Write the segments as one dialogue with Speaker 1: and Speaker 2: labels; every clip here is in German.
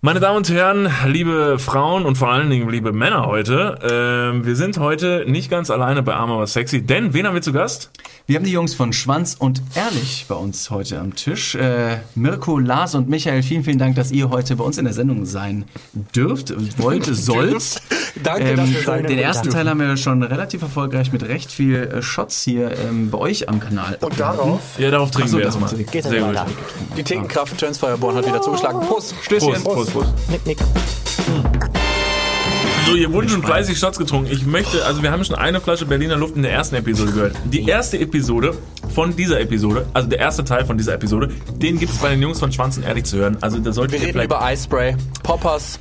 Speaker 1: Meine Damen und Herren, liebe Frauen und vor allen Dingen liebe Männer heute, ähm, wir sind heute nicht ganz alleine bei Arm aber sexy, denn wen haben wir zu Gast?
Speaker 2: Wir haben die Jungs von Schwanz und Ehrlich bei uns heute am Tisch. Äh, Mirko, Lars und Michael, vielen, vielen Dank, dass ihr heute bei uns in der Sendung sein dürft, wollt, sollt. Ähm,
Speaker 3: Danke, dass wir sein
Speaker 2: den ersten Teil haben wir schon relativ erfolgreich mit recht viel äh, Shots hier ähm, bei euch am Kanal.
Speaker 3: Und darauf
Speaker 1: Ja, darauf trinken wir erstmal.
Speaker 4: Geht dann
Speaker 1: Sehr
Speaker 4: weiter.
Speaker 1: gut.
Speaker 3: die Thekenkraft Turns Fireborn hat wieder zugeschlagen. Prost, Stößchen.
Speaker 1: Prost, Prost, Prost. Hm.
Speaker 4: Nick, nick.
Speaker 1: So, hier wurden schon fleißig Shots getrunken. Ich möchte, also wir haben schon eine Flasche Berliner Luft in der ersten Episode gehört. Die erste Episode von dieser Episode, also der erste Teil von dieser Episode, den gibt es bei den Jungs von Schwanzen ehrlich zu hören. Also da solltet
Speaker 3: Wir
Speaker 1: ihr
Speaker 3: reden
Speaker 1: vielleicht
Speaker 3: über Eispray, Poppers,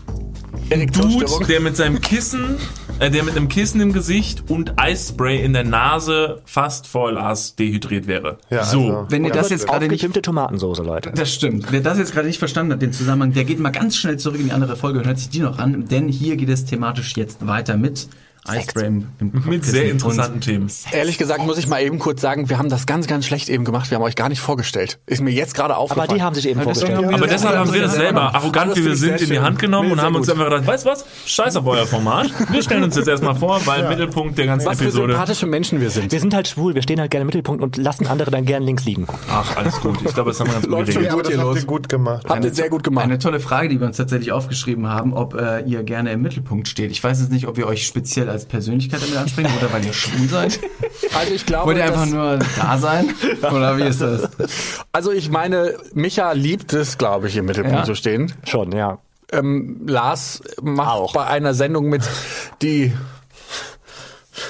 Speaker 3: Erektionsstörung.
Speaker 1: Dude, der mit seinem Kissen, äh, der mit einem Kissen im Gesicht und Eisspray in der Nase fast voll Ass dehydriert wäre.
Speaker 5: Ja,
Speaker 1: so.
Speaker 5: also-
Speaker 2: Wenn ihr das
Speaker 5: Ja,
Speaker 2: jetzt gerade nicht
Speaker 4: Aufgepimpte Tomatensoße, Leute.
Speaker 2: Das stimmt. Wer das jetzt gerade nicht verstanden hat, den Zusammenhang, der geht mal ganz schnell zurück in die andere Folge und hört sich die noch an, denn hier geht es thematisch jetzt weiter mit Eispray im, im
Speaker 1: Mit
Speaker 2: Kopfkissen
Speaker 1: sehr interessanten Themen.
Speaker 3: Ehrlich gesagt muss ich mal eben kurz sagen, wir haben das ganz, ganz schlecht eben gemacht. Wir haben euch gar nicht vorgestellt. Ist mir jetzt gerade
Speaker 4: Aber
Speaker 3: aufgefallen.
Speaker 4: die haben sich eben vorgestellt.
Speaker 2: irgendwie-
Speaker 1: Aber deshalb haben wir das selber,
Speaker 3: Das
Speaker 1: arrogant wie
Speaker 3: finde
Speaker 1: wir
Speaker 3: ich
Speaker 1: sind,
Speaker 3: sehr
Speaker 1: in die
Speaker 3: schön.
Speaker 1: Hand genommen
Speaker 3: Nee,
Speaker 1: und
Speaker 3: sehr
Speaker 1: haben uns
Speaker 3: gut.
Speaker 1: einfach gedacht, weißt du was? Scheiß auf euer Format. Wir stellen uns jetzt erstmal vor, weil Mittelpunkt der ganzen
Speaker 3: Was für
Speaker 1: Episode.
Speaker 3: sympathische Menschen wir sind.
Speaker 4: Wir sind halt schwul, wir stehen halt gerne im Mittelpunkt und lassen andere dann gern links liegen.
Speaker 1: Ach, alles gut. Ich glaube, das haben wir ganz gut
Speaker 3: Läuft schon
Speaker 1: geregelt.
Speaker 5: aber
Speaker 3: Gut,
Speaker 5: das
Speaker 3: ihr
Speaker 5: habt
Speaker 3: los.
Speaker 5: ihr gut gemacht.
Speaker 3: Habt ihr sehr gut gemacht.
Speaker 2: Eine tolle Frage, die wir uns tatsächlich aufgeschrieben haben, ob äh, ihr gerne im Mittelpunkt steht. Ich weiß jetzt nicht, ob wir euch speziell als Persönlichkeit damit ansprechen oder weil ihr schwul seid.
Speaker 3: Also ich glaube,
Speaker 2: Wollt ihr einfach
Speaker 3: dass-
Speaker 2: nur da sein? Oder wie ist das?
Speaker 3: also ich meine, Micha liebt es, glaube ich, im Mittelpunkt
Speaker 2: Ja.
Speaker 3: zu stehen.
Speaker 4: Schon, ja.
Speaker 3: Ähm, Lars macht bei einer Sendung mit, die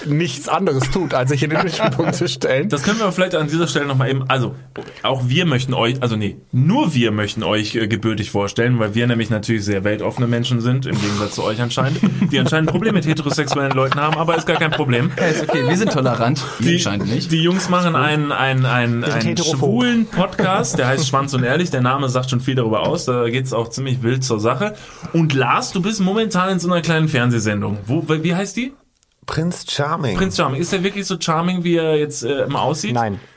Speaker 3: nichts anderes tut, als sich in den Mittelpunkt zu stellen.
Speaker 1: Das können wir vielleicht an dieser Stelle nochmal eben, also auch wir möchten euch, also nee, nur wir möchten euch äh, gebürtig vorstellen, weil wir nämlich natürlich sehr weltoffene Menschen sind, im Gegensatz zu euch anscheinend, die anscheinend ein Problem mit heterosexuellen Leuten haben, aber ist gar kein Problem.
Speaker 2: Ja, ist okay, wir sind tolerant. Ihr
Speaker 1: Die,
Speaker 2: anscheinend nicht.
Speaker 1: die Jungs machen einen, einen, einen,
Speaker 4: sind
Speaker 1: einen
Speaker 4: heterophob.
Speaker 1: schwulen Podcast, der heißt Schwanz und Ehrlich. Der Name sagt schon viel darüber aus. Da geht's auch ziemlich wild zur Sache. Und Lars, du bist momentan in so einer kleinen Fernsehsendung. Wo, wie heißt die?
Speaker 5: Prinz Charming.
Speaker 1: Prinz Charming. Ist der wirklich so charming, wie er jetzt äh, immer aussieht?
Speaker 4: Nein.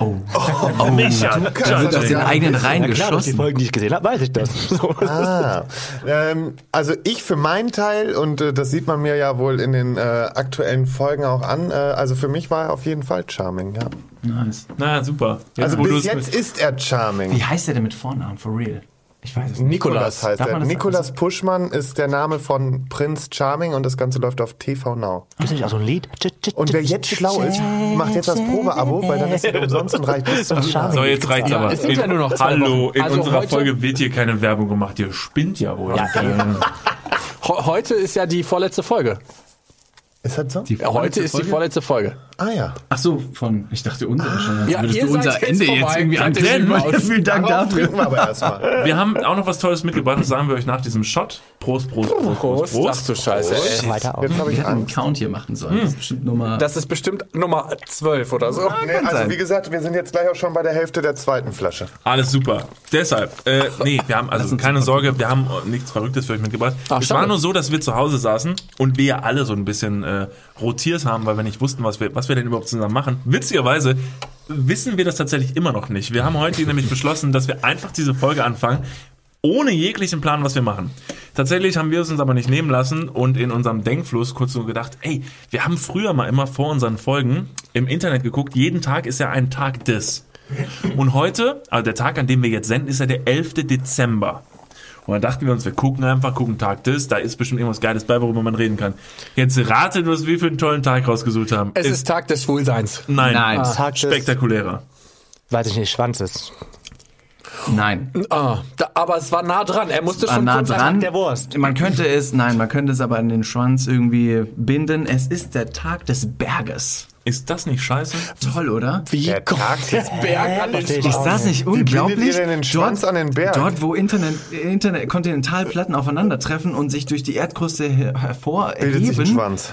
Speaker 1: Oh, Micha,
Speaker 5: kannst das
Speaker 2: Aus
Speaker 1: Judging.
Speaker 2: den
Speaker 5: ja,
Speaker 2: eigenen Reihen
Speaker 4: Ja, klar, durch die
Speaker 2: geschossen.
Speaker 4: Folgen, die ich gesehen habe, weiß ich das. So.
Speaker 5: Ah, ähm, also ich für meinen Teil, und äh, das sieht man mir ja wohl in den äh, aktuellen Folgen auch an, äh, also für mich war er auf jeden Fall charming, ja.
Speaker 2: Nice.
Speaker 1: Na, super.
Speaker 5: Also
Speaker 1: wo
Speaker 5: bis
Speaker 1: du's-
Speaker 5: jetzt ist er charming.
Speaker 2: Wie heißt der denn mit Vornamen? For real? Ich weiß es nicht.
Speaker 5: Nikolas heißt
Speaker 2: Darf
Speaker 5: er.
Speaker 2: man das
Speaker 5: Nikolas Puschmann ist der Name von Prinz Charming und das Ganze läuft auf TV Now.
Speaker 4: Gibt nicht auch so ein Lied?
Speaker 5: Und wer jetzt schlau ist, macht jetzt das Probeabo, weil dann ist er umsonst und reicht bis zum
Speaker 4: Charming.
Speaker 1: So, jetzt reicht's
Speaker 3: Ja,
Speaker 1: aber.
Speaker 3: es sind ja nur noch zwei
Speaker 1: Hallo,
Speaker 3: Wochen.
Speaker 1: in
Speaker 3: Also
Speaker 1: unserer
Speaker 3: heute-
Speaker 1: Folge wird hier keine Werbung gemacht. Ihr spinnt ja wohl.
Speaker 4: Ja,
Speaker 3: Ho- Heute ist ja die vorletzte Folge.
Speaker 5: Ist das so?
Speaker 3: Ja, Heute ist die
Speaker 2: Folge?
Speaker 3: vorletzte Folge.
Speaker 5: ah ja.
Speaker 2: Ach so, von, ich dachte unsere schon. Als
Speaker 3: Ja,
Speaker 2: würdest
Speaker 3: ihr
Speaker 2: du unser
Speaker 3: seid jetzt
Speaker 2: Ende jetzt
Speaker 3: vorbei.
Speaker 2: irgendwie
Speaker 3: Seid ihr
Speaker 2: ankündigen.
Speaker 3: schon raus?
Speaker 2: Vielen Dank
Speaker 5: Darauf
Speaker 2: dafür.
Speaker 5: trinken wir aber erstmal.
Speaker 1: Wir haben auch noch was Tolles mitgebracht, das sagen wir euch nach diesem Shot. Prost, Prost, Prost, Prost,
Speaker 3: Ach
Speaker 1: Prost.
Speaker 3: du Scheiße, ey.
Speaker 4: Weiter auf.
Speaker 5: Jetzt habe
Speaker 2: Wir
Speaker 5: ich
Speaker 2: hätten einen
Speaker 5: Angst.
Speaker 2: Count hier machen sollen. Das ist bestimmt Nummer.
Speaker 3: Das ist bestimmt Nummer 12 oder so.
Speaker 5: Nee, also wie gesagt, wir sind jetzt gleich auch schon bei der Hälfte der zweiten Flasche.
Speaker 1: Alles super. Deshalb, äh, nee, wir haben, also keine Sorge, wir haben äh, nichts Verrücktes für euch mitgebracht.
Speaker 3: Ach,
Speaker 1: es
Speaker 3: schade.
Speaker 1: war nur so, dass wir zu Hause saßen und wir alle so ein bisschen äh, rotiert haben, weil wir nicht wussten, was wir, was wir denn überhaupt zusammen machen. Witzigerweise wissen wir das tatsächlich immer noch nicht. Wir haben heute nämlich beschlossen, dass wir einfach diese Folge anfangen, ohne jeglichen Plan, was wir machen. Tatsächlich haben wir es uns aber nicht nehmen lassen und in unserem Denkfluss kurz so gedacht, ey, wir haben früher mal immer vor unseren Folgen im Internet geguckt, jeden Tag ist ja ein Tag des. Und heute, also der Tag, an dem wir jetzt senden, ist ja der 11. Dezember. Und dann dachten wir uns, wir gucken einfach, gucken Tag des, da ist bestimmt irgendwas Geiles bei, worüber man reden kann. Jetzt ratet, was wir für einen tollen Tag rausgesucht haben.
Speaker 3: Es ist Tag des Schwulseins.
Speaker 1: nein,
Speaker 2: Nein.
Speaker 4: Tag des,
Speaker 1: spektakulärer.
Speaker 4: weiß ich nicht, Schwanzes.
Speaker 2: nein.
Speaker 3: Ah, da, aber es war nah dran. Er musste
Speaker 2: War
Speaker 3: schon
Speaker 2: Äh, nah
Speaker 3: kurz
Speaker 2: dran.
Speaker 4: der Wurst.
Speaker 2: Man könnte es, nein, man könnte es aber an den Schwanz irgendwie binden. Es ist der Tag des Berges.
Speaker 1: Ist das nicht scheiße?
Speaker 2: Toll, oder?
Speaker 3: Wie
Speaker 5: Der
Speaker 3: kommt
Speaker 5: Tag des
Speaker 3: Berg an den
Speaker 4: Verstehe ich.
Speaker 3: Schwanz?
Speaker 2: Ist das nicht
Speaker 5: bindet
Speaker 2: unglaublich?
Speaker 5: ihr denn den Schwanz
Speaker 2: dort,
Speaker 5: an den Berg?
Speaker 2: Dort, wo Internet, Internet, Kontinentalplatten aufeinandertreffen und sich durch die Erdkruste her hervor
Speaker 5: Bildet sich ein
Speaker 2: erheben.
Speaker 5: Schwanz.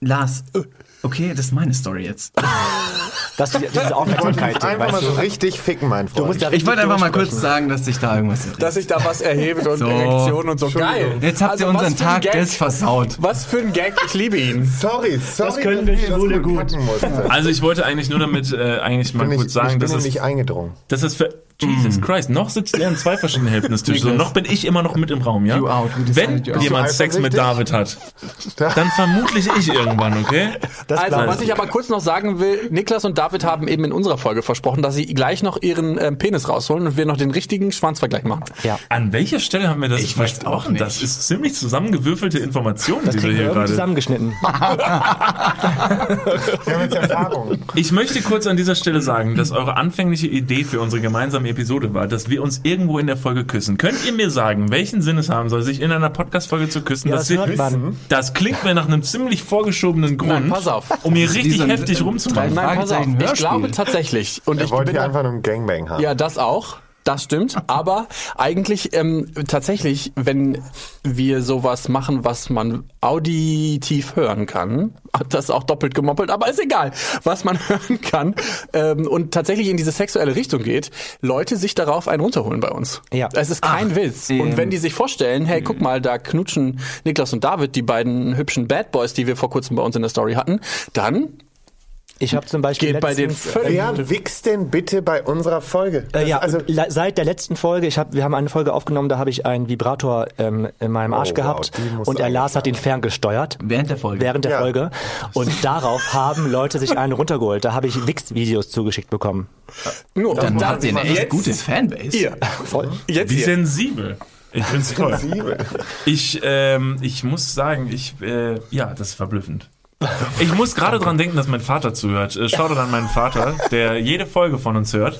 Speaker 2: Lars, äh, Okay, das ist meine Story jetzt.
Speaker 4: Das, diese Aufmerksamkeit.
Speaker 5: Einfach mal
Speaker 4: weißt
Speaker 5: so
Speaker 4: du?
Speaker 5: richtig ficken, mein Freund.
Speaker 4: Du musst da
Speaker 2: Ich wollte
Speaker 4: richtig
Speaker 2: einfach mal kurz
Speaker 4: durchsprechen.
Speaker 2: sagen, dass sich da irgendwas
Speaker 3: dass sich da was erhebt und
Speaker 2: So.
Speaker 3: Erektion und so. Geil.
Speaker 2: Jetzt habt ihr
Speaker 3: Also, was
Speaker 2: unseren
Speaker 3: für ein
Speaker 2: Tag
Speaker 3: Gag.
Speaker 2: des versaut.
Speaker 3: Was für ein Gag, ich liebe ihn.
Speaker 5: sorry, sorry,
Speaker 4: Das können wir
Speaker 5: dass ich das
Speaker 4: Schwule gut.
Speaker 5: verkacken musste.
Speaker 1: Also ich wollte eigentlich nur damit äh, eigentlich mal
Speaker 5: Bin ich,
Speaker 1: kurz sagen,
Speaker 5: ich bin
Speaker 1: dass
Speaker 5: hier
Speaker 1: es,
Speaker 5: nicht eingedrungen.
Speaker 1: dass es für Jesus Christ, noch sitzt er an zwei verschiedenen Hälften des Tisches und noch bin ich immer noch mit im Raum, ja?
Speaker 2: You out, we decided
Speaker 1: Wenn
Speaker 2: you out.
Speaker 1: jemand
Speaker 5: Bist du
Speaker 1: Sex mit David
Speaker 5: eifersüchtig?
Speaker 1: hat, dann vermutlich ich irgendwann, okay?
Speaker 3: Also,
Speaker 1: glaub
Speaker 3: was ich aber kurz noch sagen will, Niklas und David haben eben in unserer Folge versprochen, dass sie gleich noch ihren ähm, Penis rausholen und wir noch den richtigen Schwanzvergleich machen.
Speaker 4: Ja.
Speaker 1: An welcher Stelle haben wir das?
Speaker 2: Ich weiß
Speaker 1: versprochen?
Speaker 2: auch nicht.
Speaker 1: Das ist ziemlich zusammengewürfelte Information,
Speaker 4: Das
Speaker 1: die wir
Speaker 4: kriegen
Speaker 1: hier
Speaker 4: wir irgendwie
Speaker 1: gerade.
Speaker 4: zusammengeschnitten.
Speaker 5: Wir haben jetzt Erfahrung.
Speaker 1: Ich möchte kurz an dieser Stelle sagen, dass eure anfängliche Idee für unsere gemeinsame Episode war, dass wir uns irgendwo in der Folge küssen. Könnt ihr mir sagen, welchen Sinn es haben soll, sich in einer Podcast-Folge zu küssen?
Speaker 4: Ja,
Speaker 1: das,
Speaker 4: das hört man.
Speaker 1: das klingt mir nach einem ziemlich vorgeschobenen Grund,
Speaker 3: Nein, pass auf.
Speaker 1: um hier
Speaker 2: wie
Speaker 1: richtig
Speaker 2: so ein-
Speaker 1: heftig
Speaker 2: ein-
Speaker 1: rumzumachen.
Speaker 2: ein-
Speaker 3: Nein, pass auf,
Speaker 2: Fragezeichen
Speaker 3: ich
Speaker 2: Hörspiel.
Speaker 3: glaube tatsächlich. Und
Speaker 5: Er
Speaker 3: ich
Speaker 5: wollte
Speaker 3: bin
Speaker 5: hier einfach nur einen Gangbang haben.
Speaker 3: Ja, das auch. Das stimmt. Aber eigentlich ähm, tatsächlich, wenn wir sowas machen, was man auditiv hören kann, das ist auch doppelt gemoppelt, aber ist egal, was man hören kann ähm, und tatsächlich in diese sexuelle Richtung geht, Leute sich darauf einen runterholen bei uns.
Speaker 4: Ja.
Speaker 3: Es ist kein Witz.
Speaker 2: ähm.
Speaker 3: und wenn die sich vorstellen, hey, guck mal, da knutschen Niklas und David, die beiden hübschen Bad Boys, die wir vor kurzem bei uns in der Story hatten, dann
Speaker 4: Ich habe zum Beispiel
Speaker 3: geht bei den
Speaker 4: letztens-
Speaker 3: völlig...
Speaker 5: Wer wichst denn bitte bei unserer Folge?
Speaker 4: Äh, ja,
Speaker 5: also,
Speaker 4: le- seit der letzten Folge, ich hab, wir haben eine Folge aufgenommen, da habe ich einen Vibrator ähm, in meinem Arsch
Speaker 5: Oh, wow,
Speaker 4: gehabt
Speaker 5: die muss
Speaker 4: und der
Speaker 5: auch
Speaker 4: Lars hat ihn ferngesteuert.
Speaker 2: Während der Folge.
Speaker 4: Während der
Speaker 5: Ja.
Speaker 4: Folge. Und darauf haben Leute sich einen runtergeholt. Da habe ich Wix-Videos zugeschickt bekommen.
Speaker 3: Nur,
Speaker 2: Dann
Speaker 3: da-
Speaker 2: habt ihr eine echt
Speaker 3: jetzt
Speaker 2: gute Fanbase.
Speaker 3: Ihr.
Speaker 4: Voll.
Speaker 3: Jetzt
Speaker 1: Wie
Speaker 3: ihr.
Speaker 1: sensibel. Ich find's toll. Ich, ähm, ich muss sagen, ich, äh, ja, das ist verblüffend. Ich muss gerade dran denken, dass mein Vater zuhört. Äh, Shoutout an meinen Vater, der jede Folge von uns hört,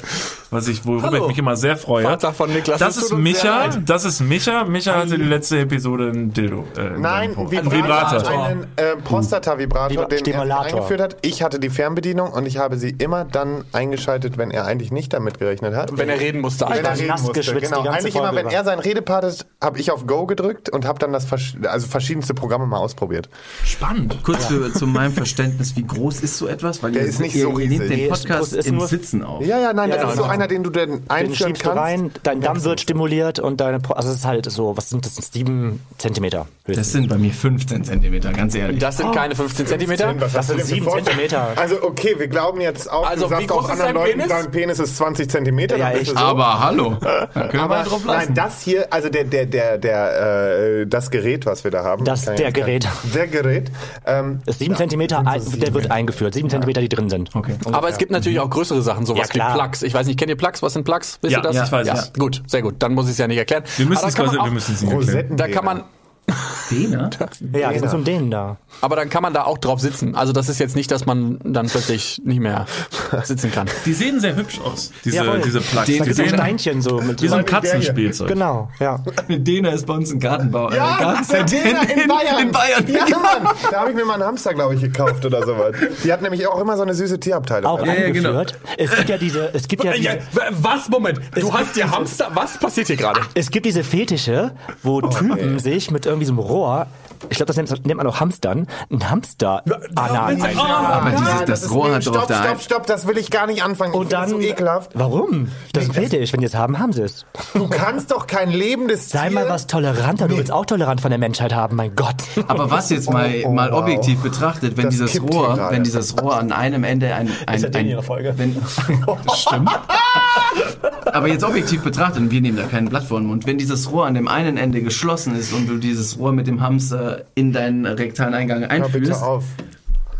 Speaker 1: was ich, worüber
Speaker 3: Hallo.
Speaker 1: ich mich immer sehr freue.
Speaker 3: Vater von Niklas,
Speaker 1: Das
Speaker 3: es
Speaker 1: ist
Speaker 3: tut uns sehr
Speaker 1: Micha,
Speaker 3: leid.
Speaker 1: das ist Micha. Micha hatte die letzte Episode ein Dildo. Äh, in
Speaker 5: Nein,
Speaker 1: seinem Po.
Speaker 5: Vibrator.
Speaker 1: Vibrator.
Speaker 5: Einen äh, Prostata-Vibrator,
Speaker 4: Vibra-
Speaker 5: den er
Speaker 4: Stimulator.
Speaker 5: eingeführt hat. Ich hatte die Fernbedienung und ich habe sie immer dann eingeschaltet, wenn er eigentlich nicht damit gerechnet hat.
Speaker 3: Wenn er reden musste,
Speaker 5: wenn
Speaker 3: Alter.
Speaker 5: er
Speaker 4: Nass
Speaker 5: reden musste.
Speaker 4: geschwitzt
Speaker 5: Genau.
Speaker 4: die ganze
Speaker 5: Eigentlich immer,
Speaker 4: Folge
Speaker 5: wenn
Speaker 4: über.
Speaker 5: er sein Redepart hat, habe ich auf Go gedrückt und habe dann das versch- also verschiedenste Programme mal ausprobiert.
Speaker 1: Spannend.
Speaker 2: Kurz für, zu meinem Verständnis, wie groß ist so etwas? Weil
Speaker 5: Der
Speaker 2: ihr,
Speaker 5: ist nicht
Speaker 2: ihr
Speaker 5: so
Speaker 2: nehmt
Speaker 5: riesig.
Speaker 2: den
Speaker 4: Nee,
Speaker 2: Podcast
Speaker 4: es ist
Speaker 2: im
Speaker 4: nur-
Speaker 2: Sitzen auf.
Speaker 5: Ja, ja, nein, das
Speaker 3: Ja,
Speaker 5: ist so
Speaker 3: genau.
Speaker 5: einer, den du dann
Speaker 4: Den
Speaker 5: einführen
Speaker 4: schiebst du
Speaker 5: kannst.
Speaker 4: rein, dein Damm wird stimuliert und deine... Pro also es ist halt so, was sind das? Sieben Zentimeter.
Speaker 2: Das sind bei mir 15 Zentimeter, ganz ehrlich.
Speaker 3: Das sind keine 15 Zentimeter.
Speaker 5: Was hast du denn für
Speaker 4: sieben
Speaker 5: Vorstellungen?
Speaker 4: Zentimeter.
Speaker 5: Also okay, wir glauben jetzt auch,
Speaker 3: Also,
Speaker 5: du
Speaker 3: wie
Speaker 5: sagst
Speaker 3: groß
Speaker 5: auch
Speaker 3: ist
Speaker 5: anderen
Speaker 3: dein
Speaker 5: Leuten,
Speaker 3: Penis?
Speaker 5: dein Penis ist 20 Zentimeter.
Speaker 4: Ja,
Speaker 5: dann
Speaker 4: echt.
Speaker 5: bist du so.
Speaker 2: aber hallo, da können wir mal drauf lassen.
Speaker 5: nein, das hier, also der, der, der, der, äh, das Gerät, was wir da haben.
Speaker 4: Das-
Speaker 5: Kein-
Speaker 4: der Gerät.
Speaker 5: Der Gerät. Ähm,
Speaker 4: Ist Sieben Zentimeter, ein, der wird eingeführt. Sieben Zentimeter, die drin sind.
Speaker 2: okay.
Speaker 3: Aber es gibt natürlich auch größere Sachen, sowas
Speaker 4: Ja, klar.
Speaker 3: wie Plugs. Ich weiß nicht, kennt ihr Plugs? Was sind Plugs? Wisst
Speaker 1: Ja,
Speaker 3: ihr das?
Speaker 1: ja, ich weiß es.
Speaker 3: Gut, sehr gut. Dann muss ich es ja nicht erklären.
Speaker 1: Wir müssen
Speaker 3: aber
Speaker 1: es
Speaker 3: Ah, da kann
Speaker 1: quasi,
Speaker 3: man
Speaker 1: wir
Speaker 3: auch-
Speaker 1: müssen es nicht erklären.
Speaker 5: Rosetten.
Speaker 3: Da kann man,
Speaker 2: Dena?
Speaker 4: Ja, die sind zum Dehnen da.
Speaker 3: aber dann kann man da auch drauf sitzen. Also das ist jetzt nicht, dass man dann plötzlich nicht mehr sitzen kann.
Speaker 1: Die sehen sehr hübsch aus, diese,
Speaker 4: Jawohl.
Speaker 1: diese Plugs.
Speaker 2: Den-
Speaker 1: Die
Speaker 4: Da gibt es
Speaker 1: sehen
Speaker 4: Steinchen so. Mit
Speaker 1: wie so ein
Speaker 5: der hier.
Speaker 1: Katzenspielzeug.
Speaker 4: Genau, ja.
Speaker 2: Dena ist bei uns ein Gartenbau. äh,
Speaker 5: Ja, der
Speaker 2: Gartenzentrum
Speaker 5: Dena in Bayern.
Speaker 2: In Bayern. genau.
Speaker 5: Ja, Mann. Da habe ich mir mal einen Hamster, glaube ich, gekauft oder sowas. Die hat nämlich auch immer so eine süße Tierabteilung.
Speaker 4: Auch
Speaker 2: ja, genau.
Speaker 4: eingeführt. Es gibt ja diese, es gibt ja
Speaker 3: Ja,
Speaker 4: diese,
Speaker 3: w- was? Moment. Du hast dir Hamster. Was passiert hier gerade?
Speaker 4: Es gibt diese Fetische, wo Typen sich mit irgendwie so einem Rohr, ich glaube, das nennt, nennt man auch Hamstern, ein Hamster anal
Speaker 3: Moment.
Speaker 4: ein.
Speaker 2: Aber
Speaker 5: Ja,
Speaker 2: dieses, das, Rohr
Speaker 5: nee,
Speaker 2: hat
Speaker 5: stopp,
Speaker 2: drauf da
Speaker 5: stopp, stopp, das will ich gar nicht anfangen. Ich
Speaker 4: Und
Speaker 5: find das so
Speaker 4: dann.
Speaker 5: ekelhaft.
Speaker 4: Warum? Das ist ein Fetisch. Wenn die es haben, haben sie es.
Speaker 5: Du kannst doch kein lebendes
Speaker 4: Sei
Speaker 5: Tier.
Speaker 4: mal was toleranter. Du willst auch tolerant von der Menschheit haben, mein Gott.
Speaker 2: Aber was jetzt mal,
Speaker 5: Oh, oh,
Speaker 2: mal
Speaker 5: wow.
Speaker 2: objektiv betrachtet, wenn
Speaker 5: Das
Speaker 2: dieses
Speaker 5: kippt hier
Speaker 2: Rohr,
Speaker 5: gerade.
Speaker 2: wenn dieses Rohr an einem Ende ein, ein,
Speaker 4: ja die
Speaker 2: ein
Speaker 4: ihre Folge.
Speaker 2: Wenn, das stimmt. Aber jetzt objektiv betrachtet, und wir nehmen da kein Blatt vor den Mund, wenn dieses Rohr an dem einen Ende geschlossen ist und du dieses Rohr mit dem Hamster in deinen rektalen Eingang
Speaker 5: Hör bitte
Speaker 2: einführst,
Speaker 5: auf.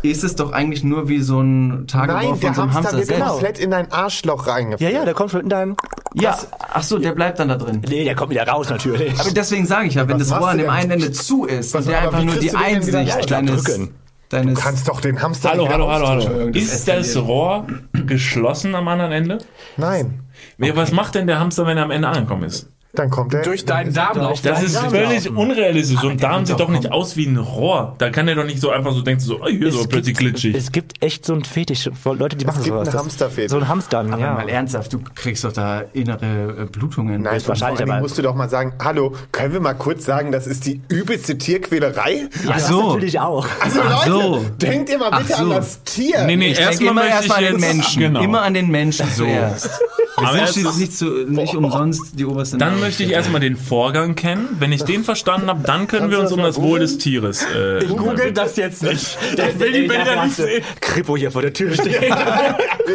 Speaker 2: ist es doch eigentlich nur wie so ein Tagebuch
Speaker 5: Nein,
Speaker 2: von
Speaker 5: der
Speaker 2: so einem
Speaker 5: Hamster,
Speaker 2: Hamster
Speaker 5: wird
Speaker 2: selbst.
Speaker 5: komplett in dein Arschloch
Speaker 4: Ja,
Speaker 5: reingeführt.
Speaker 4: ja, der kommt schon in deinem.
Speaker 2: Ja, ach so, der bleibt dann da drin.
Speaker 4: Nee, der kommt wieder raus, natürlich.
Speaker 2: Aber deswegen sage ich ja, wenn das
Speaker 5: machst
Speaker 2: Rohr an
Speaker 5: du
Speaker 2: dem
Speaker 5: denn?
Speaker 2: einen Ende zu ist und der
Speaker 5: aber
Speaker 2: einfach
Speaker 5: wie
Speaker 2: nur die
Speaker 5: kriegst du den denn wieder raus?
Speaker 2: Einsicht deines,
Speaker 4: drücken.
Speaker 2: deines
Speaker 5: Du kannst doch den Hamster
Speaker 1: Hallo,
Speaker 5: nicht
Speaker 1: hallo, hallo, hallo.
Speaker 2: Entschuldigung, das
Speaker 1: Ist das
Speaker 2: eskaliert.
Speaker 1: Rohr geschlossen am anderen Ende?
Speaker 5: Nein.
Speaker 1: Ja, Was macht denn der Hamster, wenn er am Ende angekommen ist?
Speaker 5: Dann kommt er.
Speaker 3: Durch deinen Darmlauf.
Speaker 1: Das ist
Speaker 3: Darmlauf.
Speaker 1: völlig unrealistisch. So ein Darm
Speaker 4: wird
Speaker 1: sieht doch
Speaker 4: doch
Speaker 1: nicht aus wie ein Rohr. Da kann der doch nicht so einfach so denken, so, oh, hier so plötzlich glitschig.
Speaker 4: es gibt echt so einen Fetisch von Leute, die machen
Speaker 5: gibt
Speaker 4: sowas.
Speaker 5: einen
Speaker 4: Das-
Speaker 5: Hamsterfetisch.
Speaker 4: So ein Hamster,
Speaker 2: Ja.
Speaker 4: ja.
Speaker 2: Mal ernsthaft, du kriegst doch da innere äh, Blutungen.
Speaker 5: Nein, und
Speaker 4: ist wahrscheinlich,
Speaker 5: vor allen Dingen
Speaker 4: aber-
Speaker 5: musst du doch mal sagen, hallo, können wir mal kurz sagen, das ist die übelste Tierquälerei?
Speaker 2: Ach
Speaker 4: Das
Speaker 2: so.
Speaker 4: natürlich auch.
Speaker 5: Also
Speaker 2: Ach
Speaker 5: Leute,
Speaker 2: so.
Speaker 5: denkt ihr mal
Speaker 2: Ach
Speaker 5: bitte
Speaker 2: so.
Speaker 5: an das Tier.
Speaker 1: Nee, nee,
Speaker 2: Ich denke
Speaker 1: erstmal
Speaker 2: immer
Speaker 1: möchte ich
Speaker 2: erstmal an den
Speaker 1: jetzt-
Speaker 2: Menschen.
Speaker 1: Genau.
Speaker 2: Immer an den Menschen zuerst.
Speaker 1: Aber
Speaker 2: Es
Speaker 1: erst-
Speaker 2: ist schließlich Also nicht, zu, nicht umsonst die oberste
Speaker 1: Dann möchte ich erstmal den Vorgang kennen. Wenn ich den verstanden habe, dann können wir uns um das Wohl des Tieres. Äh, ich
Speaker 3: Google das jetzt nicht.
Speaker 4: Ich will die Bilder nicht sehen. Kripo hier vor der Tür stehen.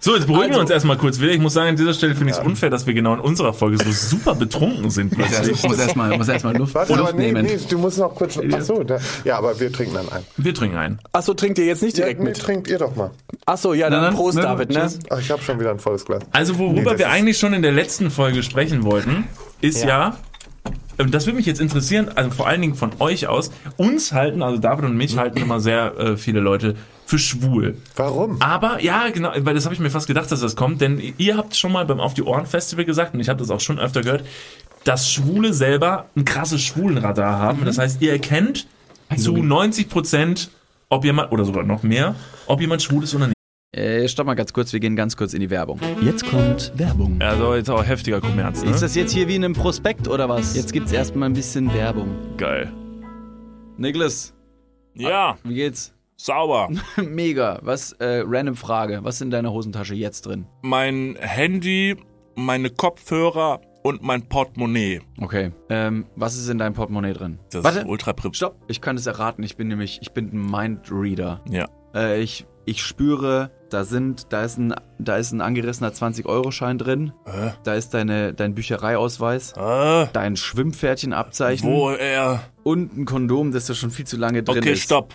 Speaker 1: So, jetzt beruhigen wir uns erstmal kurz wieder. Ich muss sagen, an dieser Stelle finde ich es unfair, dass wir genau in unserer Folge so super betrunken sind plötzlich.
Speaker 2: Ich muss erstmal muss erstmal Luft,
Speaker 5: Warte, aber
Speaker 2: Luft
Speaker 5: nee,
Speaker 2: nehmen.
Speaker 5: nee, du musst noch kurz. Ach so, da, ja, aber wir trinken dann ein.
Speaker 1: Wir trinken ein.
Speaker 3: Achso, trinkt ihr jetzt nicht direkt
Speaker 5: ja, nee,
Speaker 3: mit?
Speaker 5: trinkt ihr doch mal.
Speaker 3: Achso, ja,
Speaker 2: Na
Speaker 3: dann
Speaker 2: dann,
Speaker 3: Prost,
Speaker 2: ne?
Speaker 3: David, ne?
Speaker 2: Tschüss.
Speaker 5: Ach, ich habe schon wieder ein volles Glas.
Speaker 1: Also, worüber
Speaker 5: das
Speaker 1: wir
Speaker 5: ist-
Speaker 1: eigentlich schon in der letzten Folge sprechen wollten, ist ja, und das würde mich jetzt interessieren, also vor allen Dingen von euch aus, uns halten, also David und mich halten immer sehr äh, viele Leute für schwul.
Speaker 5: Warum?
Speaker 1: Aber ja, genau, weil das habe ich mir fast gedacht, dass das kommt, denn ihr habt schon mal beim Auf die Ohren Festival gesagt, und ich habe das auch schon öfter gehört, dass Schwule selber ein krasses Schwulenradar haben. Das heißt, ihr erkennt zu 90 Prozent, ob jemand, oder sogar noch mehr, ob jemand schwul ist oder nicht.
Speaker 6: Äh, stopp mal ganz kurz, wir gehen ganz kurz in die Werbung. Jetzt kommt Werbung.
Speaker 1: Also jetzt auch heftiger Kommerz, ne?
Speaker 6: Ist das jetzt hier wie in einem Prospekt oder was? Jetzt gibt's erstmal ein bisschen Werbung.
Speaker 1: geil.
Speaker 6: Niklas,
Speaker 1: Ja,
Speaker 6: wie geht's?
Speaker 1: sauber.
Speaker 6: Mega. Was, äh, random Frage. Was ist in deiner Hosentasche jetzt drin?
Speaker 7: mein Handy, meine Kopfhörer und mein Portemonnaie.
Speaker 6: Okay. Ähm, was ist in deinem Portemonnaie drin?
Speaker 7: Das
Speaker 6: Warte.
Speaker 7: ist ultra privat.
Speaker 6: Stopp. Ich kann es erraten. Ich bin nämlich, ich bin ein Mindreader.
Speaker 7: Ja.
Speaker 6: Äh, ich, ich spüre, da sind, da ist ein, da ist ein angerissener 20-Euro-Schein drin.
Speaker 7: Hä?
Speaker 6: Da ist deine, dein Büchereiausweis.
Speaker 7: Äh,
Speaker 6: Dein Schwimmpferdchenabzeichen.
Speaker 7: wo er.
Speaker 6: Und ein Kondom, das da schon viel zu lange drin
Speaker 7: Okay,
Speaker 6: ist.
Speaker 7: stopp.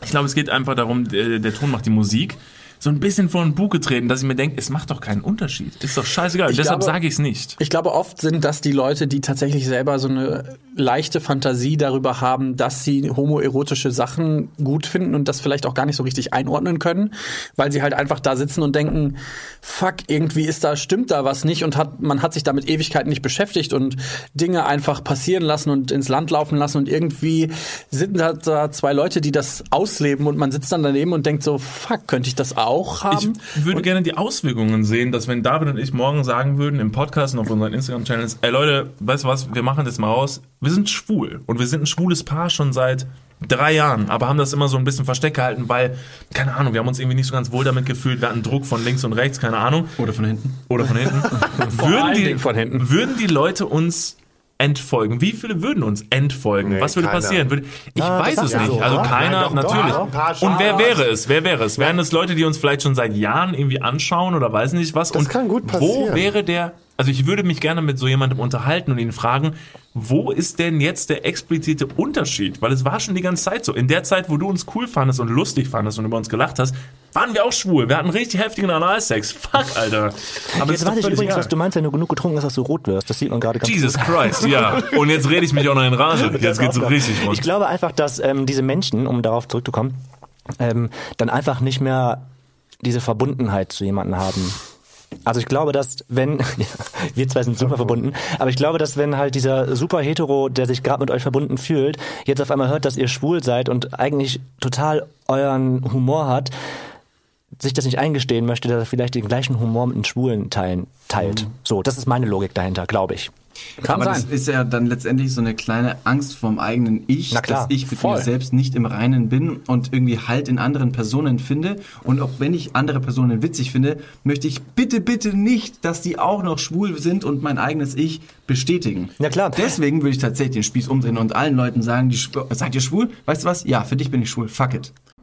Speaker 1: ich glaube, es geht einfach darum, äh, der, der Ton macht die Musik, so ein bisschen vor den Bug getreten, dass ich mir denke, es macht doch keinen Unterschied. Ist doch scheißegal. Deshalb
Speaker 3: glaube-
Speaker 1: sage ich es nicht.
Speaker 3: Ich glaube, oft sind das die Leute, die tatsächlich selber so eine leichte Fantasie darüber haben, dass sie homoerotische Sachen gut finden und das vielleicht auch gar nicht so richtig einordnen können, weil sie halt einfach da sitzen und denken, fuck, irgendwie ist da, stimmt da was nicht und hat, man hat sich damit Ewigkeiten nicht beschäftigt und Dinge einfach passieren lassen und ins Land laufen lassen und irgendwie sind da, da zwei Leute, die das ausleben und man sitzt dann daneben und denkt so, fuck, könnte ich das auch haben?
Speaker 1: Ich würde gerne die Auswirkungen sehen, dass wenn David und ich morgen sagen würden im Podcast und auf unseren Instagram-Channels, ey Leute, weißt du was, wir machen das mal aus. Wir sind schwul und wir sind ein schwules Paar schon seit drei Jahren, aber haben das immer so ein bisschen versteckt gehalten, weil, keine Ahnung, wir haben uns irgendwie nicht so ganz wohl damit gefühlt, wir hatten Druck von links und rechts, keine Ahnung.
Speaker 2: Oder von hinten.
Speaker 1: Oder von hinten. würden,
Speaker 3: allen
Speaker 1: die,
Speaker 3: Dingen von hinten.
Speaker 1: würden die Leute uns entfolgen? Wie viele würden uns entfolgen?
Speaker 5: Nee,
Speaker 1: Was würde
Speaker 5: keiner.
Speaker 1: passieren? Würde, ich weiß
Speaker 5: das
Speaker 1: es
Speaker 5: ist
Speaker 1: nicht.
Speaker 5: so,
Speaker 1: also
Speaker 5: oder?
Speaker 1: keiner,
Speaker 5: Nein, doch, doch,
Speaker 1: natürlich.
Speaker 5: doch, ein paar schon.
Speaker 1: und wer wäre es? Wer wäre es? Wären es Leute, die uns vielleicht schon seit Jahren irgendwie anschauen oder weiß nicht was? Das und
Speaker 5: kann gut
Speaker 1: Wo
Speaker 5: passieren.
Speaker 1: wäre der? Also ich würde mich gerne mit so jemandem unterhalten und ihn fragen, wo ist denn jetzt der explizite Unterschied? Weil es war schon die ganze Zeit so. In der Zeit, wo du uns cool fandest und lustig fandest und über uns gelacht hast, waren wir auch schwul. Wir hatten richtig heftigen Analsex. Fuck, Alter. Aber
Speaker 4: Jetzt weiß ich übrigens,
Speaker 1: egal.
Speaker 4: was du meinst, wenn du genug getrunken hast, dass du rot wirst. Das sieht man gerade ganz
Speaker 1: Jesus Christ, ja. Und jetzt rede ich mich auch noch in Rage. Jetzt geht's so richtig
Speaker 4: Ich
Speaker 1: rund.
Speaker 4: glaube einfach, dass ähm, diese Menschen, um darauf zurückzukommen, ähm, dann einfach nicht mehr diese Verbundenheit zu jemandem haben. Also ich glaube, dass wenn, ja, wir zwei sind super verbunden, aber ich glaube, dass wenn halt dieser super Hetero, der sich gerade mit euch verbunden fühlt, jetzt auf einmal hört, dass ihr schwul seid und eigentlich total euren Humor hat, sich das nicht eingestehen möchte, dass er vielleicht den gleichen Humor mit den Schwulen teilen, teilt. So, das ist meine Logik dahinter, glaube ich.
Speaker 3: Kann
Speaker 2: Aber
Speaker 3: sein.
Speaker 2: das ist ja dann letztendlich so eine kleine Angst vom eigenen Ich,
Speaker 4: Na klar,
Speaker 2: dass ich mit
Speaker 3: voll.
Speaker 2: mir selbst nicht im Reinen bin und irgendwie Halt in anderen Personen finde. Und auch wenn ich andere Personen witzig finde, möchte ich bitte, bitte nicht, dass die auch noch schwul sind und mein eigenes Ich bestätigen.
Speaker 4: Na klar.
Speaker 2: Deswegen würde ich tatsächlich den Spieß umdrehen und allen Leuten sagen, die, schw- seid ihr schwul? Weißt du was? Ja, für dich bin ich schwul. Fuck it.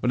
Speaker 6: Und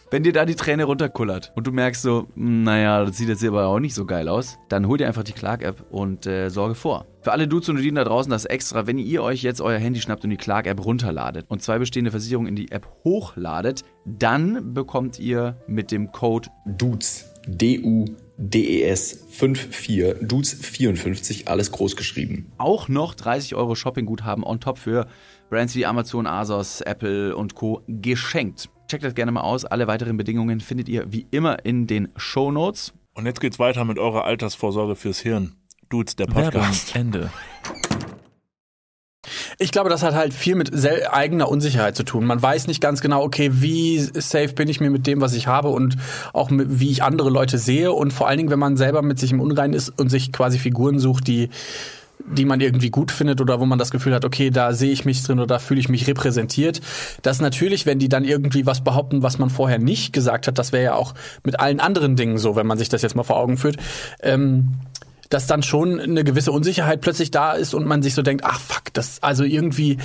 Speaker 6: Wenn dir da die Träne runterkullert und du merkst so, "Mh, naja, das sieht jetzt hier aber auch nicht so geil aus, dann hol dir einfach die Clark-App und äh, sorge vor. Für alle Dudes und Dudinen da draußen das extra, wenn ihr euch jetzt euer Handy schnappt und die Clark-App runterladet und zwei bestehende Versicherungen in die App hochladet, dann bekommt ihr mit dem Code
Speaker 8: Dudes, D-U-D-E-S 54, Dudes 54, alles groß geschrieben.
Speaker 6: auch noch 30 Euro Shoppingguthaben on top für Brands wie Amazon, Asos, Apple und Co. geschenkt. Checkt das gerne mal aus. Alle weiteren Bedingungen findet ihr wie immer in den Show Notes.
Speaker 7: Und jetzt geht's weiter mit eurer Altersvorsorge fürs Hirn. Dudes, der Podcast.
Speaker 1: Ende.
Speaker 3: Ich glaube, das hat halt viel mit sel- eigener Unsicherheit zu tun. Man weiß nicht ganz genau, okay, wie safe bin ich mir mit dem, was ich habe und auch mit, wie ich andere Leute sehe. Und vor allen Dingen, wenn man selber mit sich im Unreinen ist und sich quasi Figuren sucht, die die man irgendwie gut findet oder wo man das Gefühl hat, okay, da sehe ich mich drin oder da fühle ich mich repräsentiert. Das natürlich, wenn die dann irgendwie was behaupten, was man vorher nicht gesagt hat, das wäre ja auch mit allen anderen Dingen so, wenn man sich das jetzt mal vor Augen führt. Ähm, dass dann schon eine gewisse Unsicherheit plötzlich da ist und man sich so denkt, ach fuck, das also irgendwie,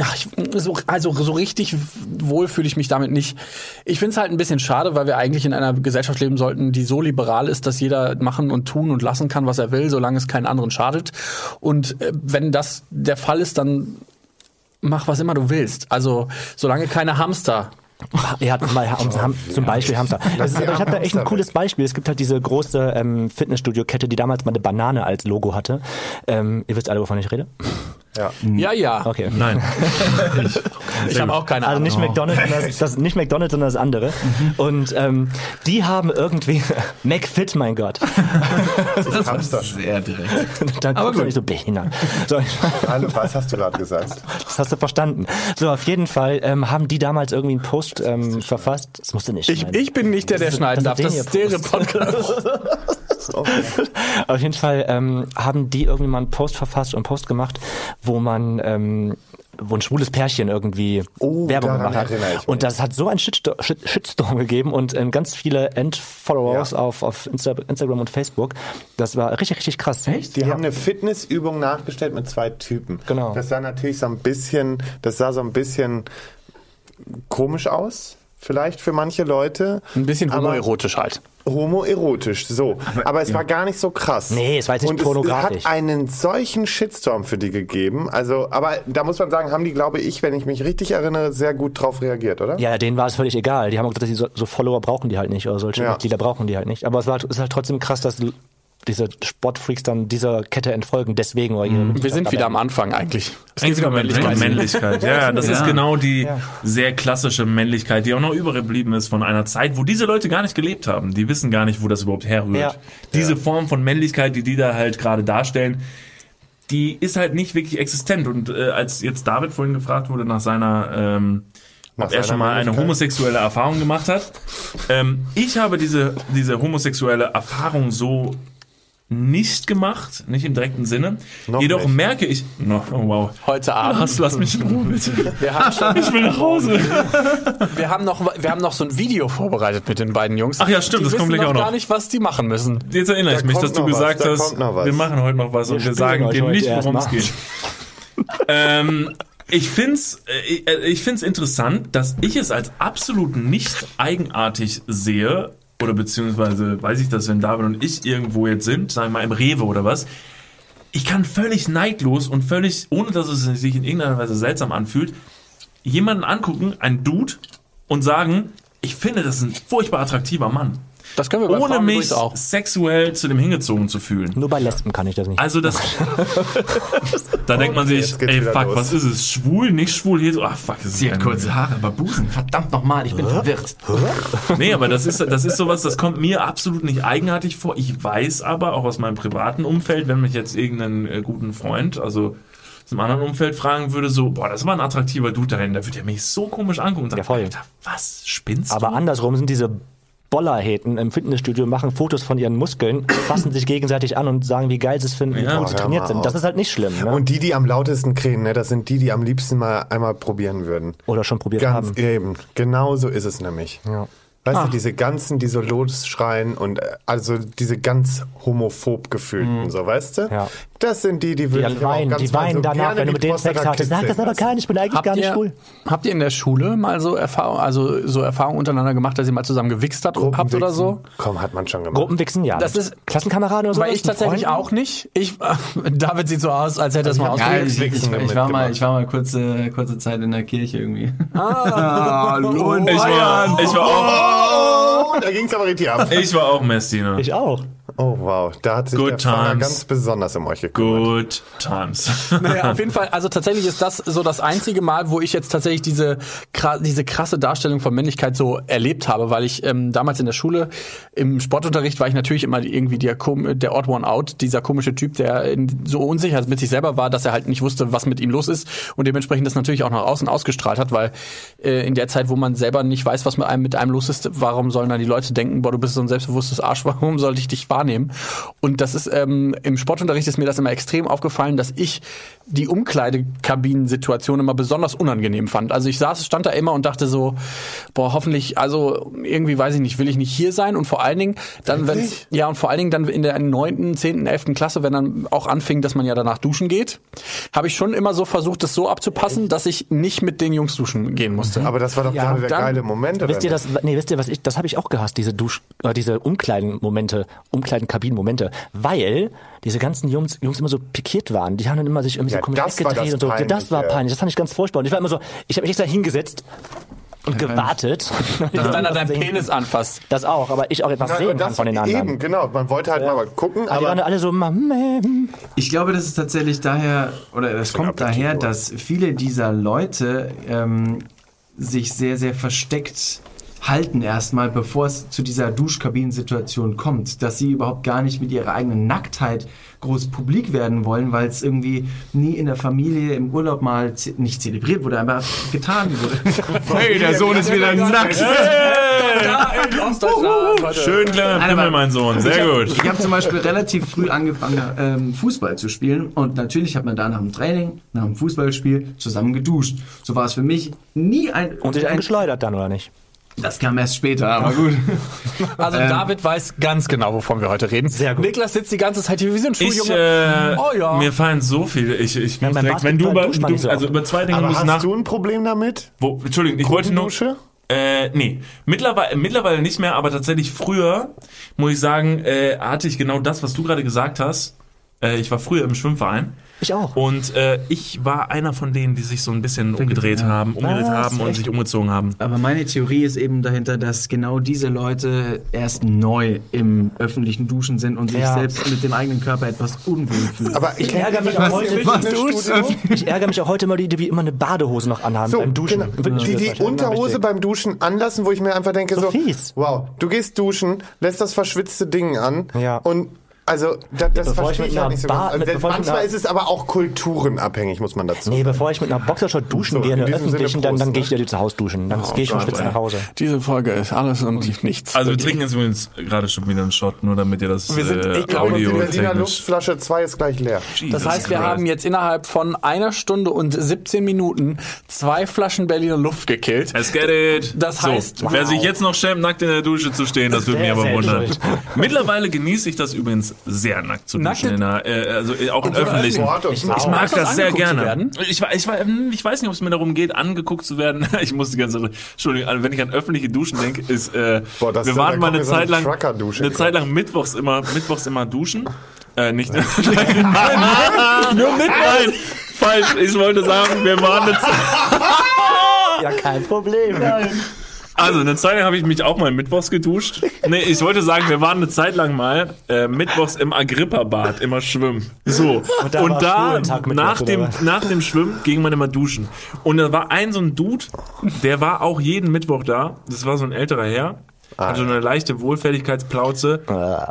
Speaker 3: ach, ich, so, also so richtig wohl fühle ich mich damit nicht. Ich finde es halt ein bisschen schade, weil wir eigentlich in einer Gesellschaft leben sollten, die so liberal ist, dass jeder machen und tun und lassen kann, was er will, solange es keinen anderen schadet. Und äh, wenn das der Fall ist, dann mach was immer du willst. Also solange keine Hamster
Speaker 4: Er hat mal Ham- Ham- zum Beispiel Hamster.
Speaker 5: Oh, Lass
Speaker 4: Es ist,
Speaker 5: die
Speaker 4: aber ich habe da
Speaker 5: Hamster
Speaker 4: echt ein
Speaker 5: weg.
Speaker 4: cooles Beispiel. Es gibt halt diese große ähm, Fitnessstudio-Kette, die damals mal eine Banane als Logo hatte. Ähm, ihr wisst alle, wovon ich rede.
Speaker 5: Ja.
Speaker 3: Ja, ja.
Speaker 4: Okay.
Speaker 1: Nein.
Speaker 3: Ich habe auch keine
Speaker 4: Also
Speaker 3: Ahnung.
Speaker 4: nicht McDonald's, sondern das, das, nicht McDonald's, sondern das andere. Und ähm, die haben irgendwie McFit, mein Gott.
Speaker 2: Das
Speaker 5: hab's
Speaker 2: war
Speaker 5: doch.
Speaker 2: sehr direkt.
Speaker 4: Dann
Speaker 2: Aber
Speaker 4: guckst du
Speaker 2: gut.
Speaker 4: nicht so behindert. So,
Speaker 5: Anne, was hast du gerade gesagt?
Speaker 4: das hast du verstanden. So, auf jeden Fall ähm, haben die damals irgendwie einen Post ähm, verfasst. Das musst du nicht
Speaker 3: Ich,
Speaker 4: schneiden.
Speaker 3: ich bin nicht der, der
Speaker 4: Das-
Speaker 3: schneiden darf.
Speaker 4: das ist
Speaker 3: Das ist
Speaker 4: den
Speaker 3: deren Podcast.
Speaker 4: Auf jeden Fall ähm, haben die irgendwie mal einen Post verfasst und einen Post gemacht, wo man ähm, wo ein schwules Pärchen irgendwie
Speaker 5: Oh,
Speaker 4: Werbung
Speaker 5: daran
Speaker 4: gemacht hat.
Speaker 5: erinnere ich mich.
Speaker 4: Und das hat so einen Shitsto- Shit- Shitstorm gegeben und ähm, ganz viele End-Followers
Speaker 5: Ja.
Speaker 4: auf, auf Insta Instagram und Facebook. Das war richtig, richtig krass.
Speaker 2: Echt?
Speaker 5: Die haben eine Fitnessübung nachgestellt mit zwei Typen.
Speaker 4: Genau.
Speaker 5: Das sah natürlich so ein bisschen, das sah so ein bisschen komisch aus. Vielleicht für manche Leute.
Speaker 3: Ein bisschen
Speaker 5: Aber-
Speaker 3: homoerotisch halt.
Speaker 5: homoerotisch, so. Aber, es war gar nicht so krass.
Speaker 4: Nee, es war jetzt nicht
Speaker 5: Und
Speaker 4: pornografisch.
Speaker 5: Es hat einen solchen Shitstorm für die gegeben. Also, aber da muss man sagen, haben die, glaube ich, wenn ich mich richtig erinnere, sehr gut drauf reagiert, oder?
Speaker 4: Ja, denen war es völlig egal. Die haben gesagt, dass die so, so Follower brauchen die halt nicht oder solche
Speaker 5: Ja.
Speaker 4: Mitglieder brauchen die halt nicht. Aber es war, es ist halt trotzdem krass, dass diese Sportfreaks dann dieser Kette entfolgen, deswegen. Oder
Speaker 5: Mhm.
Speaker 4: ihre
Speaker 3: Wir sind wieder am Anfang eigentlich. Es
Speaker 1: Eigentlich
Speaker 3: geht wieder um Männlichkeit.
Speaker 1: Männlichkeit. Ja, das ist
Speaker 2: Ja.
Speaker 1: genau die sehr klassische Männlichkeit, die auch noch übergeblieben ist von einer Zeit, wo diese Leute gar nicht gelebt haben. Die wissen gar nicht, wo das überhaupt herrührt.
Speaker 4: Ja.
Speaker 1: Diese Form von Männlichkeit, die die da halt gerade darstellen, die ist halt nicht wirklich existent. Und äh, als jetzt David vorhin gefragt wurde nach seiner, ähm,
Speaker 5: Nach
Speaker 1: ob er
Speaker 5: seiner
Speaker 1: schon mal eine
Speaker 5: Männlichkeit.
Speaker 1: homosexuelle Erfahrung gemacht hat, ähm, ich habe diese, diese homosexuelle Erfahrung so nicht gemacht, nicht im direkten Sinne.
Speaker 5: Noch
Speaker 1: Jedoch
Speaker 5: nicht.
Speaker 1: merke ich, no, oh wow,
Speaker 3: Heute Abend.
Speaker 1: Lass, lass mich in Ruhe, bitte.
Speaker 3: Wir haben, schon,
Speaker 1: Ich will nach Hause.
Speaker 3: wir, haben noch, wir haben noch so ein Video vorbereitet mit den beiden Jungs.
Speaker 1: Ach ja, stimmt,
Speaker 3: die
Speaker 1: das kommt
Speaker 3: wissen
Speaker 1: gleich auch
Speaker 3: gar
Speaker 1: noch.
Speaker 3: nicht, was die machen müssen.
Speaker 1: Jetzt erinnere ich
Speaker 5: Da
Speaker 1: mich,
Speaker 5: kommt
Speaker 1: dass du
Speaker 5: noch was,
Speaker 1: gesagt
Speaker 5: da
Speaker 1: hast,
Speaker 5: kommt noch was.
Speaker 1: wir machen heute noch was und wir
Speaker 4: spielen
Speaker 1: sagen
Speaker 4: euch
Speaker 1: dem
Speaker 4: heute
Speaker 1: nicht, worum es
Speaker 4: erst mal.
Speaker 1: geht. ähm, ich find's, äh, äh, ich find's interessant, dass ich es als absolut nicht eigenartig sehe, oder beziehungsweise weiß ich das, wenn David und ich irgendwo jetzt sind, sagen wir mal im Rewe oder was, ich kann völlig neidlos und völlig, ohne dass es sich in irgendeiner Weise seltsam anfühlt, jemanden angucken, einen Dude, und sagen, ich finde, das ist ein furchtbar attraktiver Mann.
Speaker 3: Das können wir bei
Speaker 1: Ohne
Speaker 3: Frauen
Speaker 1: mich
Speaker 3: übrigens auch.
Speaker 1: sexuell zu dem hingezogen zu fühlen.
Speaker 4: Nur bei Lesben kann ich das nicht.
Speaker 1: Also das, da denkt man sich,
Speaker 5: jetzt geht's
Speaker 1: ey
Speaker 5: wieder
Speaker 1: fuck,
Speaker 5: los.
Speaker 1: was ist es? Schwul, nicht schwul? Hier so, ah fuck, es ist
Speaker 2: Sie hat
Speaker 1: kein-
Speaker 2: kurze Haare, aber Busen. Verdammt nochmal, ich bin verwirrt.
Speaker 1: Nee, aber das ist, das ist sowas, das kommt mir absolut nicht eigenartig vor. Ich weiß aber auch aus meinem privaten Umfeld, wenn mich jetzt irgendeinen äh, guten Freund, also aus einem anderen Umfeld fragen würde, so, boah, das war ein attraktiver Dude dahin, da würde er mich so komisch angucken und sagen,
Speaker 4: Ja, voll.
Speaker 1: Alter, was, spinnst
Speaker 4: Aber andersrum sind diese Bollerhäten im Fitnessstudio, machen Fotos von ihren Muskeln, fassen sich gegenseitig an und sagen, wie geil sie es finden, wie
Speaker 1: Ja.
Speaker 4: gut sie
Speaker 5: Oh, hör mal
Speaker 4: trainiert sind. Das
Speaker 5: auf.
Speaker 4: ist halt nicht schlimm. Ne?
Speaker 5: Und die, die am lautesten krähen, ne, das sind die, die am liebsten mal einmal probieren würden.
Speaker 4: Oder schon probiert
Speaker 5: Ganz
Speaker 4: haben. Ah.
Speaker 5: eben. Genau so ist es nämlich. Weißt du, diese ganzen, die so losschreien und äh, also diese ganz homophob gefühlten, so weißt du?
Speaker 4: Mhm. Ja.
Speaker 5: Das sind die, die
Speaker 4: Die
Speaker 5: wirklich
Speaker 4: dann weinen, die weinen danach, wenn du mit denen Sex hattest. Sag das aber keinen, ich bin eigentlich gar nicht schwul.
Speaker 3: habt ihr in der Schule mal so Erfahrung, also so Erfahrungen untereinander gemacht, dass ihr mal zusammen gewichst habt, habt oder so?
Speaker 5: Komm, hat man schon gemacht.
Speaker 4: Gruppenwichsen, ja.
Speaker 3: Das
Speaker 4: Mit
Speaker 3: ist-
Speaker 4: Klassenkameraden oder so.
Speaker 3: Weil ich tatsächlich auch nicht. Ich, David sieht so aus, als hätte er es mal
Speaker 2: Nein,
Speaker 3: ausprobiert.
Speaker 2: ich, ich,
Speaker 5: Wichsen
Speaker 2: ich, war mal,
Speaker 5: mitgemacht.
Speaker 2: ich war mal kurze, kurze Zeit in der Kirche irgendwie.
Speaker 3: Hallo.
Speaker 1: Ich war, ich war auch,
Speaker 5: Oh, da ging's aber richtig ab.
Speaker 1: ich war auch Messdiener.
Speaker 4: Ich auch.
Speaker 5: Oh wow, da hat sich
Speaker 1: Good
Speaker 5: der Pfarrer
Speaker 1: times.
Speaker 5: ganz besonders um euch gekümmert.
Speaker 1: Good times.
Speaker 3: Naja, auf jeden Fall, also tatsächlich ist das so das einzige Mal, wo ich jetzt tatsächlich diese, kra- diese krasse Darstellung von Männlichkeit so erlebt habe, weil ich ähm, damals in der Schule im Sportunterricht war ich natürlich immer irgendwie der, kom- der Odd One Out, dieser komische Typ, der in, so unsicher mit sich selber war, dass er halt nicht wusste, was mit ihm los ist und dementsprechend das natürlich auch nach außen ausgestrahlt hat, weil äh, in der Zeit, wo man selber nicht weiß, was mit einem, mit einem los ist, warum sollen dann die Leute denken, boah, du bist so ein selbstbewusstes Arsch, warum sollte ich dich wahrnehmen? Und das ist ähm, im Sportunterricht ist mir das immer extrem aufgefallen, dass ich die Umkleidekabinensituation immer besonders unangenehm fand. Also ich saß, stand da immer und dachte so, boah, hoffentlich, also irgendwie weiß ich nicht, will ich nicht hier sein und vor allen Dingen dann, wenn, ja, und vor allen Dingen dann in der neunten, zehnten, elften Klasse, wenn dann auch anfing, dass man ja danach duschen geht, habe ich schon immer so versucht, das so abzupassen, dass ich nicht mit den Jungs duschen gehen musste.
Speaker 2: Mhm.
Speaker 5: Aber das war doch gerade der
Speaker 3: dann-
Speaker 5: geile Moment, oder?
Speaker 4: Wisst ihr
Speaker 5: nicht?
Speaker 4: das, nee, wisst ihr, was ich, das habe ich auch gehasst, diese Dusch, äh, diese Umkleiden-Momente, Umkleiden-Kabinen-Momente, weil diese ganzen Jungs, Jungs immer so pikiert waren. Die haben dann immer sich irgendwie
Speaker 5: Ja,
Speaker 4: so komisch
Speaker 5: das war
Speaker 4: weggedreht
Speaker 5: das
Speaker 4: und so. Ja, das war
Speaker 5: Peinliche.
Speaker 4: peinlich, das fand ich ganz furchtbar. Und ich war immer so, ich habe mich extra hingesetzt und gewartet.
Speaker 3: Dass deiner deinen Penis anfasst.
Speaker 4: Das auch, aber ich auch etwas
Speaker 5: Nein,
Speaker 4: sehen
Speaker 5: und
Speaker 4: kann von den anderen.
Speaker 5: Eben, genau. Man wollte halt mal gucken,
Speaker 4: Aber die waren
Speaker 5: aber
Speaker 4: alle so, hm, hm,
Speaker 2: Ich glaube, das ist tatsächlich daher, oder das kommt daher, dass viele dieser Leute ähm, sich sehr, sehr versteckt halten erstmal, bevor es zu dieser Duschkabinensituation kommt, dass sie überhaupt gar nicht mit ihrer eigenen Nacktheit groß publik werden wollen, weil es irgendwie nie in der Familie im Urlaub mal ze nicht zelebriert wurde, aber getan wurde. hey, der Sohn ist wieder nackt.
Speaker 1: Schön kleiner Pimmel, mein Sohn. Sehr gut.
Speaker 2: Ich habe zum Beispiel relativ früh angefangen, ähm, Fußball zu spielen. Und natürlich hat man da nach dem Training, nach dem Fußballspiel zusammen geduscht. So war es für mich nie ein.
Speaker 4: Und sich
Speaker 2: ein
Speaker 4: eingeschleudert dann, oder nicht?
Speaker 2: Das kam erst später, aber gut.
Speaker 3: Also David weiß ganz genau, wovon wir heute reden.
Speaker 4: Sehr gut.
Speaker 3: Niklas sitzt die ganze Zeit hier wie so ein
Speaker 1: Ich, äh,
Speaker 3: Schuljunge. oh ja.
Speaker 1: Mir fallen so viele. Ich, ich muss
Speaker 4: beim
Speaker 1: direkt, wenn du,
Speaker 4: Basketball
Speaker 1: über,
Speaker 4: duscht man
Speaker 1: du
Speaker 4: nicht so
Speaker 1: also
Speaker 4: oft.
Speaker 1: über zwei Dinge
Speaker 5: aber
Speaker 1: musst
Speaker 5: hast
Speaker 1: nach.
Speaker 5: du ein Problem damit?
Speaker 1: Wo, Entschuldigung, ich wollte nur.
Speaker 5: Dusche?
Speaker 1: Äh, nee, mittlerweile, mittlerweile nicht mehr, aber tatsächlich früher, muss ich sagen, äh, hatte ich genau das, was du gerade gesagt hast. Äh, ich war früher im Schwimmverein.
Speaker 4: Ich auch.
Speaker 1: Und äh, ich war einer von denen, die sich so ein bisschen umgedreht haben, umgedreht
Speaker 4: Was?
Speaker 1: haben und
Speaker 4: Echt?
Speaker 1: sich umgezogen haben.
Speaker 2: Aber meine Theorie ist eben dahinter, dass genau diese Leute erst neu im öffentlichen Duschen sind und sich
Speaker 4: Ja.
Speaker 2: selbst mit dem eigenen Körper etwas unwohl fühlen.
Speaker 5: Aber ich
Speaker 4: ärgere mich auch heute
Speaker 5: im
Speaker 4: nicht.
Speaker 5: Fitnessstudio-
Speaker 4: Ich ärgere mich auch heute immer, die, die immer eine Badehose noch anhaben
Speaker 5: So,
Speaker 4: beim Duschen.
Speaker 5: genau. Die, die Unterhose beim Duschen anlassen, wo ich mir einfach denke, so,
Speaker 4: fies.
Speaker 5: wow, du gehst duschen, lässt das verschwitzte Ding an
Speaker 4: Ja.
Speaker 5: und also da, das
Speaker 4: bevor ich
Speaker 5: verstehe
Speaker 4: mit
Speaker 5: ich auch
Speaker 4: einer
Speaker 5: nicht so
Speaker 4: Bar-
Speaker 5: ganz.
Speaker 4: mit-
Speaker 5: Also,
Speaker 4: bevor ich mit
Speaker 5: manchmal
Speaker 4: einer-
Speaker 5: ist es aber auch kulturenabhängig, muss man dazu
Speaker 4: Nee, bevor ich mit einer Boxershot duschen
Speaker 5: So,
Speaker 4: gehe, in
Speaker 5: in
Speaker 4: der
Speaker 5: diesem Sinne
Speaker 4: öffentlichen, dann, dann
Speaker 5: Prost,
Speaker 4: gehe ich
Speaker 5: ne?
Speaker 4: wieder zu Hause duschen. Dann gehe ich schon spitz nach Hause.
Speaker 3: Diese Folge ist alles und nichts.
Speaker 1: Also wir trinken jetzt übrigens gerade schon wieder einen Shot, nur damit ihr das
Speaker 3: Wir sind-
Speaker 1: äh,
Speaker 3: ich glaube,
Speaker 5: Und die
Speaker 1: Audio
Speaker 5: Berliner
Speaker 1: technisch.
Speaker 5: Luftflasche 2 ist gleich leer.
Speaker 3: Das heißt, wir haben jetzt innerhalb von einer Stunde und 17 Minuten zwei Flaschen Berliner Luft gekillt.
Speaker 1: Let's get it.
Speaker 3: Das heißt,
Speaker 1: so, wer
Speaker 3: wow.
Speaker 1: sich jetzt noch schämt, nackt in der Dusche zu stehen, das würde mich
Speaker 4: Sehr
Speaker 1: aber wundern.
Speaker 4: selbstschuld.
Speaker 1: Mittlerweile genieße ich das übrigens sehr nackt zu
Speaker 3: Nackt
Speaker 1: duschen, in
Speaker 3: in-
Speaker 1: der, äh, also äh, auch in öffentlichen.
Speaker 5: Sport und
Speaker 1: Ich mag
Speaker 3: Hast du das
Speaker 1: das sehr
Speaker 3: angeguckt zu
Speaker 1: gerne.
Speaker 3: werden?
Speaker 1: Ich, war- ich, war- ähm, ich weiß nicht, ob es mir darum geht, angeguckt zu werden. Ich muss die ganze Zeit, Entschuldigung, also wenn ich an öffentliche Duschen denke, ist, äh,
Speaker 5: Boah, das
Speaker 1: wir
Speaker 5: ist- da
Speaker 1: waren mal
Speaker 5: kommt
Speaker 1: eine
Speaker 5: mir so eine
Speaker 1: Zeit lang,
Speaker 5: Trucker-Dusche
Speaker 1: eine
Speaker 5: gleich.
Speaker 1: Zeit lang mittwochs immer, mittwochs immer duschen. Äh, nicht, nein, nein, nur mittwochs. Nein, falsch, ich wollte sagen, wir waren eine Zeit,
Speaker 4: Ja, kein Problem.
Speaker 1: Also, eine Zeit lang habe ich mich auch mal mittwochs geduscht. Nee, ich wollte sagen, wir waren eine Zeit lang mal äh, mittwochs im Agrippa-Bad immer schwimmen. So. Und da,
Speaker 4: da war Schulentag mittwochs,
Speaker 1: nach,
Speaker 4: oder
Speaker 1: dem,
Speaker 4: was?
Speaker 1: nach dem Schwimmen ging man immer duschen. Und da war ein so ein Dude, der war auch jeden Mittwoch da. Das war so ein älterer Herr. Hatte so eine leichte Wohlfältigkeitsplauze.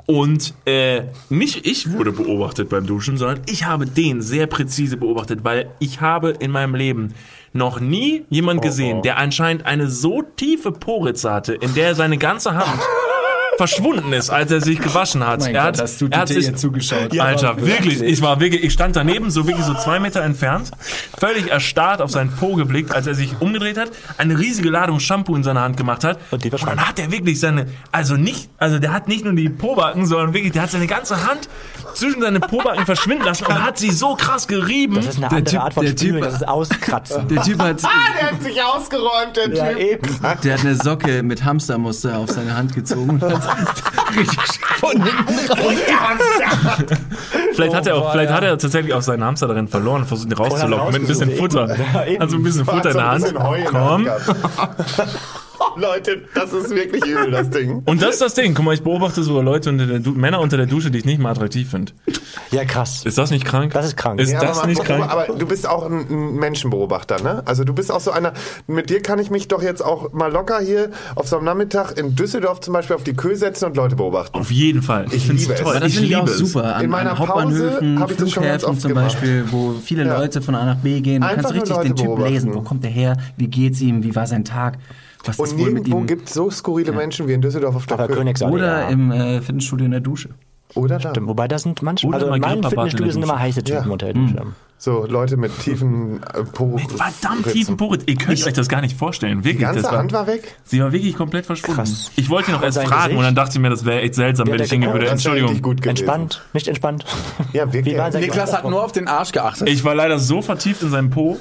Speaker 1: Und äh, nicht ich wurde beobachtet beim Duschen, sondern ich habe den sehr präzise beobachtet, weil ich habe in meinem Leben noch nie jemand gesehen, der anscheinend eine so tiefe Poritze hatte, in der seine ganze Hand verschwunden ist, als er sich gewaschen hat.
Speaker 2: Mein
Speaker 1: er
Speaker 2: Gott,
Speaker 1: hat,
Speaker 2: hast du
Speaker 1: er hat
Speaker 2: dir
Speaker 1: sich,
Speaker 2: zugeschaut?
Speaker 1: Alter, wirklich, ich war wirklich, ich stand daneben, so wirklich so zwei Meter entfernt, völlig erstarrt auf seinen Po geblickt, als er sich umgedreht hat, eine riesige Ladung Shampoo in seiner Hand gemacht hat.
Speaker 4: Und die war
Speaker 1: dann hat er wirklich seine, also nicht, also der hat nicht nur die Pobacken, sondern wirklich, der hat seine ganze Hand zwischen seine Pobacken verschwinden lassen und hat sie so krass gerieben.
Speaker 4: Das ist eine andere
Speaker 2: Typ-
Speaker 4: Art von
Speaker 2: der Typ-
Speaker 4: Spülen, das ist Auskratzen.
Speaker 2: Der Typ hat,
Speaker 5: Der hat sich ausgeräumt, der Typ.
Speaker 4: eben.
Speaker 2: der hat eine Socke mit Hamstermuster auf seine Hand gezogen und hat richtig
Speaker 1: Vielleicht hat er auch, vielleicht hat er tatsächlich auch seinen Hamster darin verloren, und versucht ihn rauszulocken mit ein bisschen Futter. Also ein bisschen Futter in der Hand. Komm.
Speaker 5: Leute, das ist wirklich übel, das Ding.
Speaker 1: Und das ist das Ding. Guck mal, ich beobachte sogar Leute unter der du Männer unter der Dusche, die ich nicht mal attraktiv finde.
Speaker 4: Ja, krass.
Speaker 1: Ist das nicht krank?
Speaker 4: Das ist krank.
Speaker 1: Ist
Speaker 5: Ja,
Speaker 1: das
Speaker 5: aber,
Speaker 1: nicht
Speaker 5: guck mal,
Speaker 1: krank?
Speaker 5: aber du bist auch ein- ein Menschenbeobachter, ne? Also du bist auch so einer, mit dir kann ich mich doch jetzt auch mal locker hier auf so einem Nachmittag in Düsseldorf zum Beispiel auf die Kühe setzen und Leute beobachten.
Speaker 1: Auf jeden Fall. Ich find's
Speaker 5: liebe es.
Speaker 1: toll.
Speaker 5: Aber
Speaker 2: Das finde ich auch
Speaker 1: liebe es.
Speaker 2: super. An,
Speaker 5: In meiner
Speaker 2: an
Speaker 5: Pause
Speaker 2: Hauptbahnhöfen,
Speaker 5: habe ich das schon ganz
Speaker 2: Flughäfen
Speaker 5: oft
Speaker 2: zum
Speaker 5: gemacht.
Speaker 2: Beispiel, wo viele
Speaker 5: Ja.
Speaker 2: Leute von A nach B gehen. Du
Speaker 5: Einfach
Speaker 2: kannst
Speaker 5: nur
Speaker 2: richtig
Speaker 5: Leute
Speaker 2: den Typ
Speaker 5: beobachten.
Speaker 2: lesen. Wo kommt der her? Wie geht's ihm? Wie war sein Tag? Was
Speaker 5: Und
Speaker 2: ist wohl mit
Speaker 5: nirgendwo
Speaker 2: ihm?
Speaker 5: gibt es so skurrile Menschen wie in Düsseldorf auf der
Speaker 4: Aber
Speaker 5: Kühe.
Speaker 4: Königsallee.
Speaker 2: Oder
Speaker 4: ja.
Speaker 2: im äh, Fitnessstudio in der Dusche.
Speaker 5: Oder da.
Speaker 4: Wobei das sind manchmal,
Speaker 1: Oder
Speaker 4: also
Speaker 1: mal
Speaker 4: in meinen
Speaker 1: Gripperbad in der
Speaker 4: Fitnessstudios sind
Speaker 1: Dusche.
Speaker 4: immer heiße Typen
Speaker 5: Ja.
Speaker 4: unter der Dusche.
Speaker 5: So Leute mit tiefen äh, Po.
Speaker 1: Verdammt tiefen Porit. Ihr könnt euch das gar nicht vorstellen. Wirklich.
Speaker 5: Die ganze
Speaker 1: das
Speaker 5: Hand war weg.
Speaker 1: sie war wirklich komplett verschwunden.
Speaker 4: Krass.
Speaker 1: Ich wollte ihn auch erst
Speaker 4: sein
Speaker 1: fragen
Speaker 4: Gesicht?
Speaker 1: und dann dachte ich mir, das wäre echt seltsam, wenn
Speaker 4: der
Speaker 1: ich hingehen
Speaker 4: Gedanke-
Speaker 1: würde.
Speaker 5: Das ist ja richtig
Speaker 1: Entschuldigung.
Speaker 5: gut gewesen.
Speaker 4: Entspannt, nicht entspannt.
Speaker 5: Ja, wirklich.
Speaker 4: Wie war sein
Speaker 3: Niklas hat nur auf den Arsch geachtet.
Speaker 1: Ich war leider so vertieft in seinen Po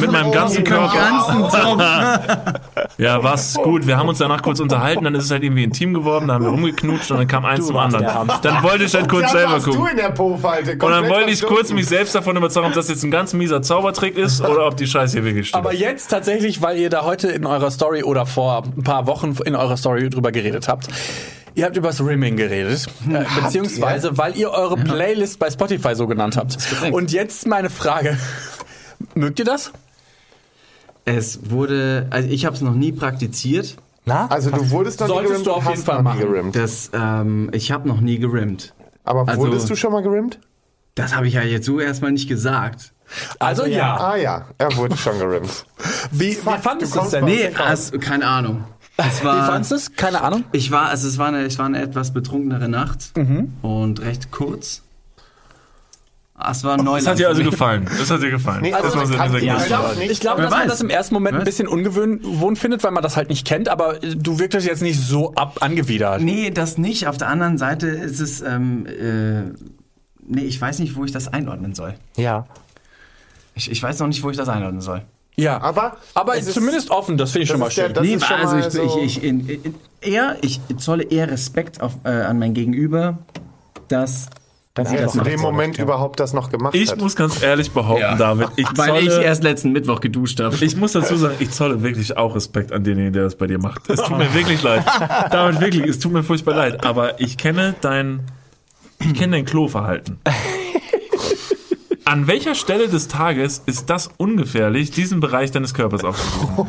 Speaker 1: mit meinem ganzen
Speaker 5: Oh,
Speaker 1: Körper.
Speaker 2: ganzen Tropfen.
Speaker 1: Ja, war's gut. Wir haben uns danach kurz unterhalten, dann ist es halt irgendwie intim geworden, da haben wir rumgeknutscht und dann kam eins zum anderen. Dann wollte ich halt kurz selber
Speaker 5: warst du
Speaker 1: gucken.
Speaker 5: in der Po-Falte.
Speaker 1: Und dann wollte ich kurz mich selbst davon überzeugen, ob das jetzt ein ganz mieser Zaubertrick ist oder ob die Scheiße hier wirklich stimmt.
Speaker 3: Aber jetzt tatsächlich, weil ihr da heute in eurer Story oder vor ein paar Wochen in eurer Story drüber geredet habt. Ihr habt über das Rimming geredet, äh, beziehungsweise weil ihr eure Playlist bei Spotify so genannt habt. Und jetzt meine Frage. Mögt ihr das?
Speaker 2: Es wurde, also ich habe es noch nie praktiziert.
Speaker 4: Na?
Speaker 5: Also du wurdest noch nie
Speaker 3: Solltest
Speaker 5: gerimmt,
Speaker 3: du auf
Speaker 5: hast
Speaker 3: jeden Fall
Speaker 5: noch nie
Speaker 3: machen.
Speaker 5: gerimmt.
Speaker 2: Das, ähm, ich habe noch nie gerimmt.
Speaker 5: Aber
Speaker 2: Also-
Speaker 5: wurdest du schon mal gerimmt?
Speaker 2: Das habe ich ja jetzt so erstmal nicht gesagt.
Speaker 3: Also ja.
Speaker 5: Ah ja, er wurde schon gerimmt.
Speaker 3: Wie, wie fandest du es
Speaker 5: kommst
Speaker 3: denn?
Speaker 5: mal-
Speaker 2: Nee, also, keine Ahnung. Es war,
Speaker 3: Wie fandest du es? Keine Ahnung.
Speaker 2: Ich war, also es war eine, ich war eine etwas betrunkenere Nacht und recht kurz. Ah, Es war neu.
Speaker 1: Das hat dir also gefallen. Das hat dir gefallen.
Speaker 5: Nee,
Speaker 1: das
Speaker 5: also
Speaker 1: war's in
Speaker 5: kann-
Speaker 1: dieser
Speaker 5: ja,
Speaker 1: Geschichte.
Speaker 5: glaub nicht.
Speaker 3: Ich glaube,
Speaker 2: Wer
Speaker 3: dass man
Speaker 2: weiß.
Speaker 3: das im ersten Moment ein
Speaker 2: Was?
Speaker 3: bisschen ungewohnt findet, weil man das halt nicht kennt, aber äh, du wirkst jetzt nicht so ab angewidert.
Speaker 2: Nee, das nicht. Auf der anderen Seite ist es, ähm, äh, nee, ich weiß nicht, wo ich das einordnen soll.
Speaker 4: Ja.
Speaker 2: Ich, ich weiß noch nicht, wo ich das einordnen soll.
Speaker 3: Ja.
Speaker 5: Aber
Speaker 3: aber
Speaker 5: es ist-
Speaker 3: zumindest offen, das finde ich schon mal
Speaker 5: ist der-
Speaker 3: schön.
Speaker 5: das
Speaker 2: nee,
Speaker 5: ist schon
Speaker 2: also
Speaker 5: mal
Speaker 2: ich,
Speaker 5: so-
Speaker 2: ich, ich, in, in, eher, ich zolle eher Respekt auf, äh, an mein Gegenüber, dass, dass sie
Speaker 5: Er
Speaker 2: das
Speaker 5: in
Speaker 2: macht.
Speaker 5: dem Moment überhaupt das noch gemacht
Speaker 1: Ich
Speaker 5: hat.
Speaker 1: muss ganz ehrlich behaupten, David, ich
Speaker 2: Weil
Speaker 1: zolle,
Speaker 2: ich
Speaker 1: ich,
Speaker 2: erst letzten Mittwoch geduscht habe.
Speaker 1: muss dazu sagen, ich zolle wirklich auch Respekt an denjenigen, der das bei dir macht. Es tut mir wirklich leid. David, wirklich, es tut mir furchtbar leid. Aber ich kenne dein, ich kenne dein Kloverhalten. An welcher Stelle des Tages ist das ungefährlich, diesen Bereich deines Körpers aufzusuchen?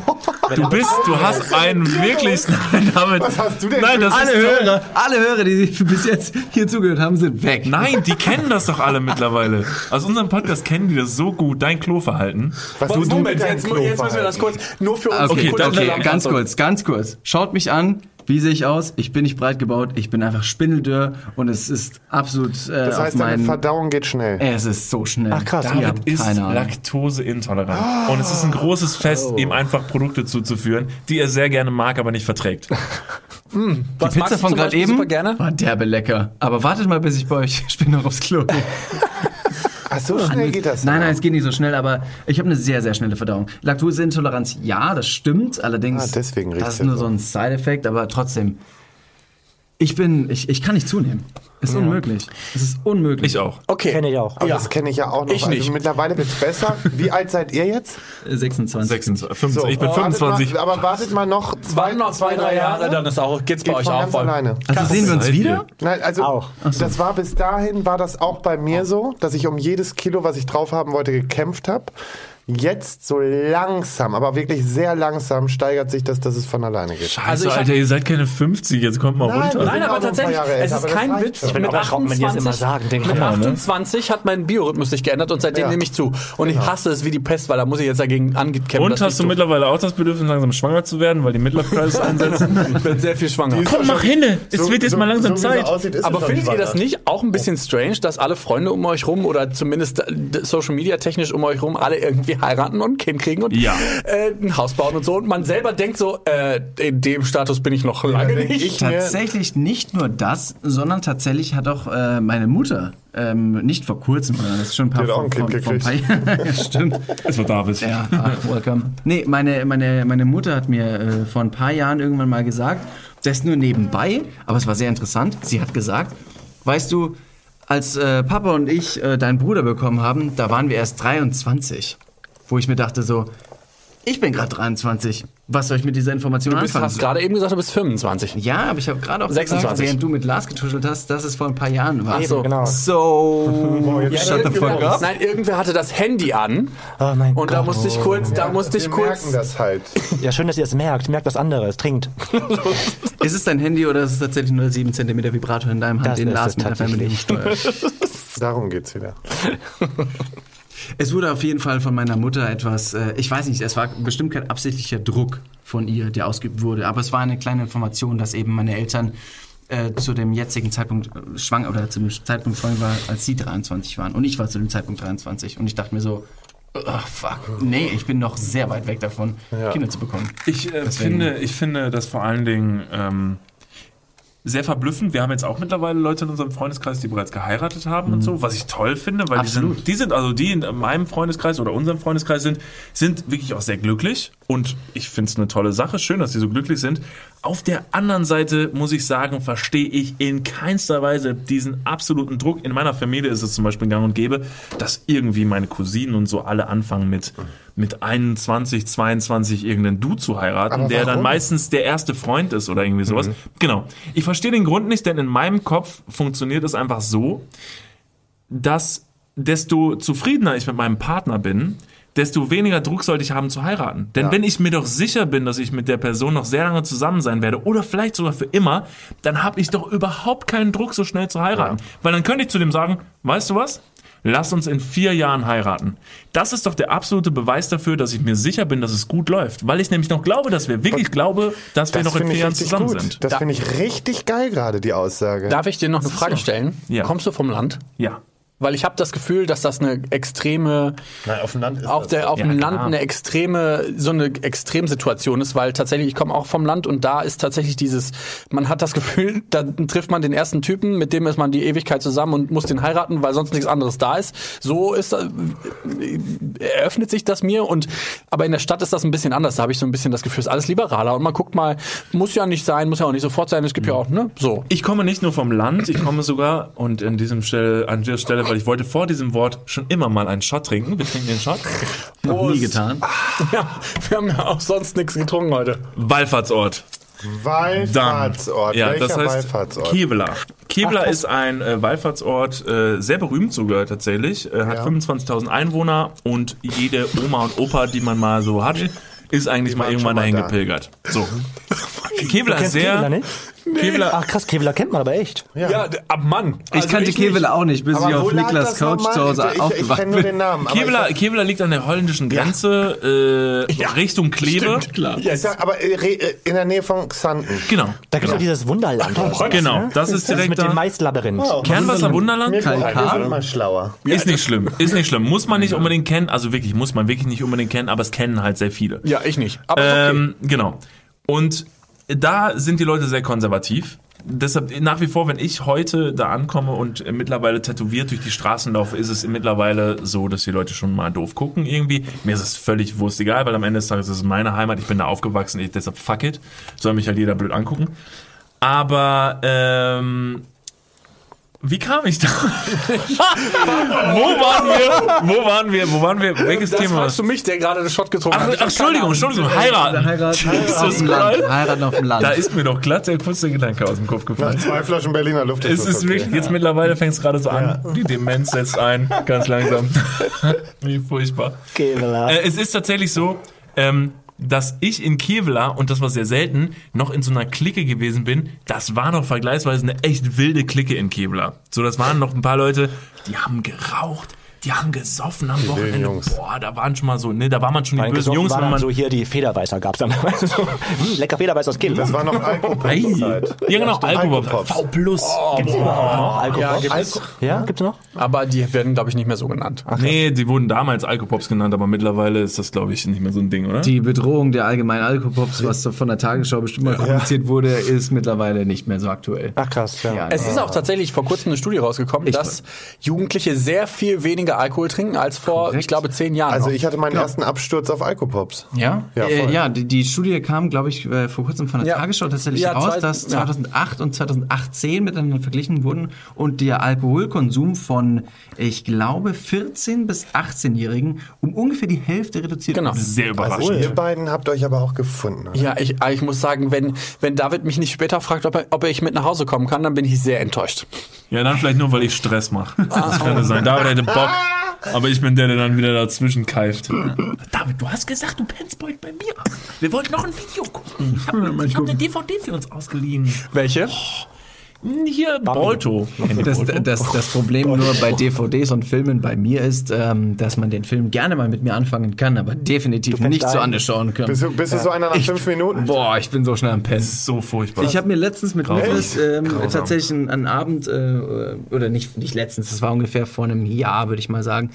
Speaker 1: Du bist, du hast einen wirklich, nein, David,
Speaker 5: Was hast du denn
Speaker 1: nein,
Speaker 5: für-
Speaker 1: das ist
Speaker 2: alle Hörer, alle Hörer, die bis jetzt hier zugehört haben, sind weg.
Speaker 1: Nein, die kennen das doch alle mittlerweile. Aus unserem Podcast kennen die das so gut, dein Kloverhalten.
Speaker 5: Was du,
Speaker 3: Moment,
Speaker 5: mit deinem
Speaker 3: jetzt, mu- jetzt müssen wir das
Speaker 5: Kloverhalten.
Speaker 3: kurz nur für uns
Speaker 2: Ah, Okay,
Speaker 1: Okay,
Speaker 2: okay,
Speaker 1: dann-
Speaker 2: ganz kurz, ganz kurz. Schaut mich an. Wie sehe ich aus? Ich bin nicht breit gebaut. Ich bin einfach spindeldürr und es ist absolut. Äh,
Speaker 5: Das heißt,
Speaker 2: auf
Speaker 5: deine
Speaker 2: meinen,
Speaker 5: Verdauung geht schnell.
Speaker 2: es ist so schnell. Ach
Speaker 4: krass.
Speaker 2: ja,
Speaker 1: David ist
Speaker 2: keine Ahnung. Oh.
Speaker 1: laktoseintolerant. Und es ist ein großes Fest, ihm einfach Produkte zuzuführen, die er sehr gerne mag, aber nicht verträgt.
Speaker 3: Was
Speaker 2: Pizza von gerade eben Also
Speaker 3: super gerne?
Speaker 2: war derbe lecker. Aber wartet mal, bis ich bei euch ich bin noch aufs Klo. gehe.
Speaker 5: Ach, so schnell geht das.
Speaker 2: nein, nein, es geht nicht so schnell, aber ich habe eine sehr, sehr schnelle Verdauung. Laktoseintoleranz, ja, das stimmt. Allerdings,
Speaker 5: Ah, deswegen riecht's
Speaker 2: das ist nur
Speaker 5: jetzt
Speaker 2: so ein Side-Effekt, aber trotzdem. Ich bin, ich, ich kann nicht zunehmen. Ist unmöglich. Es ist unmöglich.
Speaker 1: Ich auch.
Speaker 3: Okay.
Speaker 4: Kenne ich auch.
Speaker 5: Aber
Speaker 3: Ja.
Speaker 5: das kenne ich ja auch noch.
Speaker 3: Ich nicht.
Speaker 5: Also mittlerweile wird es besser. Wie alt seid ihr jetzt?
Speaker 2: 26.
Speaker 1: 26,
Speaker 3: Also
Speaker 1: 25, ich bin
Speaker 5: wartet
Speaker 1: 25.
Speaker 5: Mal, aber wartet mal noch zwei,
Speaker 3: Warten noch zwei, drei Jahre, dann ist auch, geht's bei
Speaker 5: Geht
Speaker 3: euch
Speaker 5: von
Speaker 3: auch
Speaker 5: ganz
Speaker 3: voll.
Speaker 5: alleine.
Speaker 2: Also sehen wir uns
Speaker 1: Seid ihr?
Speaker 2: wieder?
Speaker 5: Nein, also
Speaker 4: Auch.
Speaker 5: das war bis dahin war das auch bei mir so, dass ich um jedes Kilo, was ich drauf haben wollte, gekämpft habe. Jetzt so langsam, aber wirklich sehr langsam steigert sich das, dass es von alleine geht.
Speaker 1: Scheiße,
Speaker 3: Also ich hab-
Speaker 1: Alter, ihr seid keine 50, jetzt kommt mal
Speaker 5: Nein,
Speaker 1: runter.
Speaker 5: nein.
Speaker 3: Nein, aber
Speaker 5: auch noch ein paar
Speaker 3: tatsächlich,
Speaker 5: Jahre
Speaker 3: es
Speaker 5: älter,
Speaker 3: ist
Speaker 5: aber
Speaker 3: kein
Speaker 5: das reicht
Speaker 3: Witz.
Speaker 5: schon. Ich
Speaker 4: bin
Speaker 3: mit
Speaker 4: aber kaum, wenn die das
Speaker 3: 28,
Speaker 4: immer sagen, denke ich
Speaker 3: mit
Speaker 4: mal, ne?
Speaker 3: 28 hat mein Biorhythmus sich geändert und seitdem
Speaker 5: Ja.
Speaker 3: nehme ich zu. Und
Speaker 4: Genau.
Speaker 3: ich hasse es wie die Pest, weil da muss ich jetzt dagegen angekämpft.
Speaker 1: Und hast du mittlerweile auch das Bedürfnis, langsam schwanger zu werden, weil die Midlife-Crisis einsetzen?
Speaker 3: Ich bin sehr viel schwanger.
Speaker 1: Komm, mach hinne! Es wird jetzt mal langsam
Speaker 5: so wie
Speaker 1: Zeit.
Speaker 5: sie aussieht, ist sie
Speaker 3: Aber
Speaker 5: schon
Speaker 3: findet ihr
Speaker 5: schwanger.
Speaker 3: das nicht auch ein
Speaker 5: Oh.
Speaker 3: bisschen strange, dass alle Freunde um euch rum oder zumindest äh, d- Social Media technisch um euch rum alle irgendwie heiraten und ein Kind kriegen und
Speaker 1: Ja.
Speaker 3: äh, ein Haus bauen und so und man selber denkt so, äh, in dem Status bin ich noch lange
Speaker 5: denk
Speaker 3: nicht.
Speaker 5: ich mir-
Speaker 2: Tatsächlich nicht nur das, sondern tatsächlich hat auch äh, meine Mutter, ähm, nicht vor kurzem, sondern das ist schon ein paar,
Speaker 5: Die hat auch
Speaker 2: vor,
Speaker 5: ein Kind
Speaker 2: vor, vor ein paar Jahren. Stimmt.
Speaker 1: Es war David.
Speaker 2: Ja, ach, welcome. Nee, meine, meine, meine Mutter hat mir äh, vor ein paar Jahren irgendwann mal gesagt, das nur nebenbei, aber es war sehr interessant. Sie hat gesagt, weißt du, als äh, Papa und ich äh, deinen Bruder bekommen haben, da waren wir erst 23. Wo ich mir dachte so, ich bin gerade 23. Was soll ich mit dieser Information
Speaker 3: Du bist-
Speaker 2: anfangen?
Speaker 3: hast gerade eben gesagt, du bist 25.
Speaker 2: Ja, aber ich habe gerade auch
Speaker 3: 26.
Speaker 2: gesagt, während du mit Lars getuschelt hast, dass es vor ein paar Jahren war.
Speaker 3: so.
Speaker 4: Genau.
Speaker 3: So.
Speaker 5: jetzt shut the fuck up.
Speaker 3: Nein, irgendwer hatte das Handy an.
Speaker 4: Oh mein
Speaker 3: und da
Speaker 4: Gott.
Speaker 3: musste ich kurz, da musste ich
Speaker 5: Oh, Wir
Speaker 3: kurz.
Speaker 5: merken das halt.
Speaker 4: Ja, schön, dass ihr es merkt. Merkt das andere. Es trinkt.
Speaker 2: Ist es dein Handy oder ist es tatsächlich nur der 7 cm Vibrator in deinem Hand,
Speaker 4: Das
Speaker 2: den
Speaker 4: ist
Speaker 2: Lars
Speaker 4: es
Speaker 2: mit der Fernbedienung steuert?
Speaker 5: Darum geht's wieder.
Speaker 2: Es wurde auf jeden Fall von meiner Mutter etwas, äh, ich weiß nicht, es war bestimmt kein absichtlicher Druck von ihr, der ausgeübt wurde, aber es war eine kleine Information, dass eben meine Eltern äh, zu dem jetzigen Zeitpunkt äh, schwanger oder zum Zeitpunkt schwanger war, als sie 23 waren und ich war zu dem Zeitpunkt 23 und ich dachte mir so, oh, fuck, nee, ich bin noch sehr weit weg davon, Kinder zu bekommen.
Speaker 1: Ich äh, finde, ich finde, dass vor allen Dingen ähm, sehr verblüffend. Wir haben jetzt auch mittlerweile Leute in unserem Freundeskreis, die bereits geheiratet haben
Speaker 5: Mhm.
Speaker 1: und so, was ich toll finde, weil die sind, die sind, also die in meinem Freundeskreis oder unserem Freundeskreis sind, sind wirklich auch sehr glücklich und ich finde es eine tolle Sache. Schön, dass die so glücklich sind. Auf der anderen Seite muss ich sagen, verstehe ich in keinster Weise diesen absoluten Druck. In meiner Familie ist es zum Beispiel gang und gäbe, dass irgendwie meine Cousinen und so alle anfangen mit,
Speaker 5: Mhm.
Speaker 1: mit 21, 22 irgendeinen Du zu heiraten,
Speaker 5: Aber
Speaker 1: der dann
Speaker 5: warum?
Speaker 1: meistens der erste Freund ist oder irgendwie sowas. Genau. Ich verstehe den Grund nicht, denn in meinem Kopf funktioniert es einfach so, dass desto zufriedener ich mit meinem Partner bin, desto weniger Druck sollte ich haben zu heiraten. Denn wenn ich mir doch sicher bin, dass ich mit der Person noch sehr lange zusammen sein werde oder vielleicht sogar für immer, dann habe ich doch überhaupt keinen Druck, so schnell zu heiraten. Weil dann könnte ich zu dem sagen, weißt du was? Lass uns in vier Jahren heiraten. Das ist doch der absolute Beweis dafür, dass ich mir sicher bin, dass es gut läuft. Weil ich nämlich noch glaube, dass wir wirklich glaube, dass wir
Speaker 5: Das
Speaker 1: noch in
Speaker 5: finde
Speaker 1: vier
Speaker 5: ich
Speaker 1: Jahren
Speaker 5: richtig
Speaker 1: zusammen
Speaker 5: gut.
Speaker 1: sind.
Speaker 5: Das finde ich richtig geil gerade, die Aussage.
Speaker 3: Darf ich dir noch eine Frage stellen?
Speaker 1: Ja.
Speaker 3: Kommst du vom Land?
Speaker 1: Ja.
Speaker 3: Weil ich habe das Gefühl, dass das eine extreme,
Speaker 5: Nein, auf dem Land ist
Speaker 3: auf,
Speaker 5: das.
Speaker 3: der, auf
Speaker 1: Ja,
Speaker 3: dem
Speaker 1: klar.
Speaker 3: Land eine extreme, so eine Extremsituation ist, weil tatsächlich, ich komme auch vom Land und da ist tatsächlich dieses, man hat das Gefühl, da trifft man den ersten Typen, mit dem ist man die Ewigkeit zusammen und muss den heiraten, weil sonst nichts anderes da ist. So ist, äh, eröffnet sich das mir und, aber in der Stadt ist das ein bisschen anders, da habe ich so ein bisschen das Gefühl, ist alles liberaler und man guckt mal, muss ja nicht sein, muss ja auch nicht sofort sein, es gibt ja auch, ne, so.
Speaker 1: Ich komme nicht nur vom Land, ich komme sogar, und an diesem Stelle, an dieser Stelle, weil ich wollte vor diesem Wort schon immer mal einen Shot trinken. Wir trinken den Shot.
Speaker 2: Noch nie getan.
Speaker 3: Ja, wir haben ja auch sonst nichts getrunken heute.
Speaker 1: Wallfahrtsort.
Speaker 5: Wallfahrtsort.
Speaker 1: Ja,
Speaker 5: Welcher
Speaker 1: das heißt
Speaker 5: Wallfahrtsort?
Speaker 1: Kevela. Kevela ist ein äh, Wallfahrtsort, äh, sehr berühmt sogar tatsächlich, äh, hat 25.000 Einwohner und jede Oma und Opa, die man mal so hat, ist eigentlich mal
Speaker 5: waren
Speaker 1: irgendwann
Speaker 5: schon mal
Speaker 1: dahin
Speaker 5: da.
Speaker 1: gepilgert. So. Kevela ist
Speaker 4: Kennst du Kevlar
Speaker 1: sehr.
Speaker 4: nicht?
Speaker 1: Kevela, Also
Speaker 4: Ach krass, Kevlar kennt man aber echt.
Speaker 3: Ja, d- ab Mann.
Speaker 2: Ich
Speaker 5: Also
Speaker 2: kannte Kevela auch nicht, bis ich
Speaker 5: wo
Speaker 2: auf
Speaker 5: lag
Speaker 2: Niklas
Speaker 5: das
Speaker 2: Couch
Speaker 5: nochmal?
Speaker 2: zu Hause
Speaker 5: Ich- ich, ich
Speaker 2: aufgewacht
Speaker 5: kenne nur
Speaker 2: bin.
Speaker 5: den Namen. aber
Speaker 1: Kevela, Kevela liegt an der holländischen Grenze äh, Richtung Kleve.
Speaker 3: klar.
Speaker 5: Ich, sag, aber äh, re- äh, in der Nähe von Xanten.
Speaker 1: Genau.
Speaker 4: Da gibt's ja dieses Wunderland. oder so,
Speaker 1: Genau,
Speaker 4: ne?
Speaker 1: das ist direkt
Speaker 4: mit dem
Speaker 1: da.
Speaker 4: Maislabyrinth.
Speaker 1: Kernwasser Wunderland?
Speaker 2: Kein
Speaker 5: Wir
Speaker 2: Kabel.
Speaker 5: sind immer schlauer.
Speaker 1: Ist nicht schlimm, ist nicht schlimm. Muss man nicht unbedingt kennen, also wirklich, muss man wirklich nicht unbedingt kennen, aber es kennen halt sehr viele.
Speaker 3: Ja, ich nicht. Aber ist okay.
Speaker 1: Ähm, genau. Und da sind die Leute sehr konservativ. Deshalb nach wie vor, wenn ich heute da ankomme und äh, mittlerweile tätowiert durch die Straßen laufe, ist es mittlerweile so, dass die Leute schon mal doof gucken irgendwie. Mir ist es völlig wurscht egal, weil am Ende des Tages ist es meine Heimat, ich bin da aufgewachsen, ich, deshalb fuck it. Soll mich halt jeder blöd angucken. Aber ähm, wie kam ich da? wo waren wir? Wo waren wir? Wo waren wir? Welches
Speaker 3: das
Speaker 1: Thema?
Speaker 3: fragst du mich, der gerade einen Shot getrunken
Speaker 1: Ach,
Speaker 3: hat.
Speaker 1: ach,
Speaker 3: Ich hab
Speaker 1: Entschuldigung,
Speaker 3: keine Ahnung.
Speaker 1: Entschuldigung, heiraten.
Speaker 2: Heiraten, heiraten auf
Speaker 1: Jesus
Speaker 2: dem Land.
Speaker 1: Christ.
Speaker 2: Heiraten auf dem Land.
Speaker 1: Da ist mir doch glatt der kurze Gedanke aus dem Kopf
Speaker 5: Nach
Speaker 1: gefallen.
Speaker 5: zwei Flaschen Berliner Luft
Speaker 1: Es
Speaker 5: das
Speaker 1: ist
Speaker 5: okay.
Speaker 1: wirklich, jetzt mittlerweile fängt es gerade so an. Die Demenz setzt ein, ganz langsam. Wie furchtbar.
Speaker 4: Kevlar.
Speaker 1: Äh, es ist tatsächlich so, ähm, dass ich in Kevlar, und das war sehr selten, noch in so einer Clique gewesen bin. Das war noch vergleichsweise eine echt wilde Clique in Kevlar. So, das waren noch ein paar Leute, die haben geraucht. Die haben gesoffen am Wochenende.
Speaker 5: Jungs.
Speaker 1: Boah, da waren schon mal so, ne, da waren man schon die
Speaker 4: Mein
Speaker 1: bösen Jungs,
Speaker 4: war
Speaker 1: wenn
Speaker 4: dann
Speaker 1: man
Speaker 4: so hier die Federweißer gab's dann. so, hm, lecker Federweißer aus Kevlar.
Speaker 5: Das war noch
Speaker 1: Ei.
Speaker 5: Alkoholzeit.
Speaker 1: Ja, genau, Alkohol.
Speaker 5: Alkopops.
Speaker 1: V plus.
Speaker 4: Oh, Gibt's die überhaupt noch? Alkohol?
Speaker 3: Ja, gibt's.
Speaker 4: ja, gibt's noch?
Speaker 3: Aber die werden, glaube ich, nicht mehr so genannt.
Speaker 1: nee, die wurden damals Alkopops genannt, aber mittlerweile ist das, glaube ich, nicht mehr so ein Ding, oder?
Speaker 2: die Bedrohung der allgemeinen Alkopops, was von der Tagesschau bestimmt mal kommuniziert wurde, ist mittlerweile nicht mehr so aktuell.
Speaker 4: Ach krass, ja.
Speaker 3: Es ist auch tatsächlich vor kurzem eine Studie rausgekommen, dass Jugendliche sehr viel weniger Alkohol trinken als vor, ich glaube, zehn Jahren.
Speaker 5: Also
Speaker 3: noch.
Speaker 5: ich hatte meinen
Speaker 1: Genau.
Speaker 5: ersten Absturz auf Alkopops.
Speaker 2: Ja,
Speaker 5: Ja,
Speaker 2: ja,
Speaker 5: voll.
Speaker 2: äh, ja die, die Studie kam, glaube ich, äh, vor kurzem von der
Speaker 3: Ja.
Speaker 2: Tagesschau tatsächlich
Speaker 3: Ja,
Speaker 2: raus,
Speaker 3: zwei-
Speaker 2: dass
Speaker 3: ja.
Speaker 2: 2008 und 2018 miteinander verglichen wurden und der Alkoholkonsum von, ich glaube, 14 bis 18-Jährigen um ungefähr die Hälfte reduziert.
Speaker 3: Genau.
Speaker 2: wurde.
Speaker 1: Sehr überraschend.
Speaker 5: Also ihr beiden habt euch aber auch gefunden. oder?
Speaker 3: ja, ich, ah, ich muss sagen, wenn, wenn David mich nicht später fragt, ob, er, ob ich mit nach Hause kommen kann, dann bin ich sehr enttäuscht.
Speaker 1: ja, dann vielleicht nur, weil ich Stress mache.
Speaker 2: Ah.
Speaker 1: Das könnte sein. David hätte Bock. Aber ich bin der, der dann wieder dazwischen keift. David, du hast gesagt, du pennst bald bei mir. Wir wollten noch ein Video
Speaker 2: Hm,
Speaker 1: gucken. Ich habe hab eine DVD für uns ausgeliehen. Oh,
Speaker 3: Welche?
Speaker 1: Hier, Oh. Bolto.
Speaker 2: Das, das, das Problem nur bei DVDs und Filmen bei mir ist, ähm, dass man den Film gerne mal mit mir anfangen kann, aber
Speaker 1: Hm.
Speaker 2: definitiv nicht
Speaker 4: ein.
Speaker 2: zu Ende schauen kann.
Speaker 5: Bist du, bist du so einer nach fünf Minuten?
Speaker 2: Boah, ich bin so schnell am Pennen.
Speaker 1: So furchtbar.
Speaker 2: Ich habe mir letztens mit
Speaker 1: Grausam.
Speaker 2: Niklas ähm, tatsächlich einen, einen Abend, äh, oder nicht, nicht letztens, das war ungefähr vor einem Jahr, würde ich mal sagen.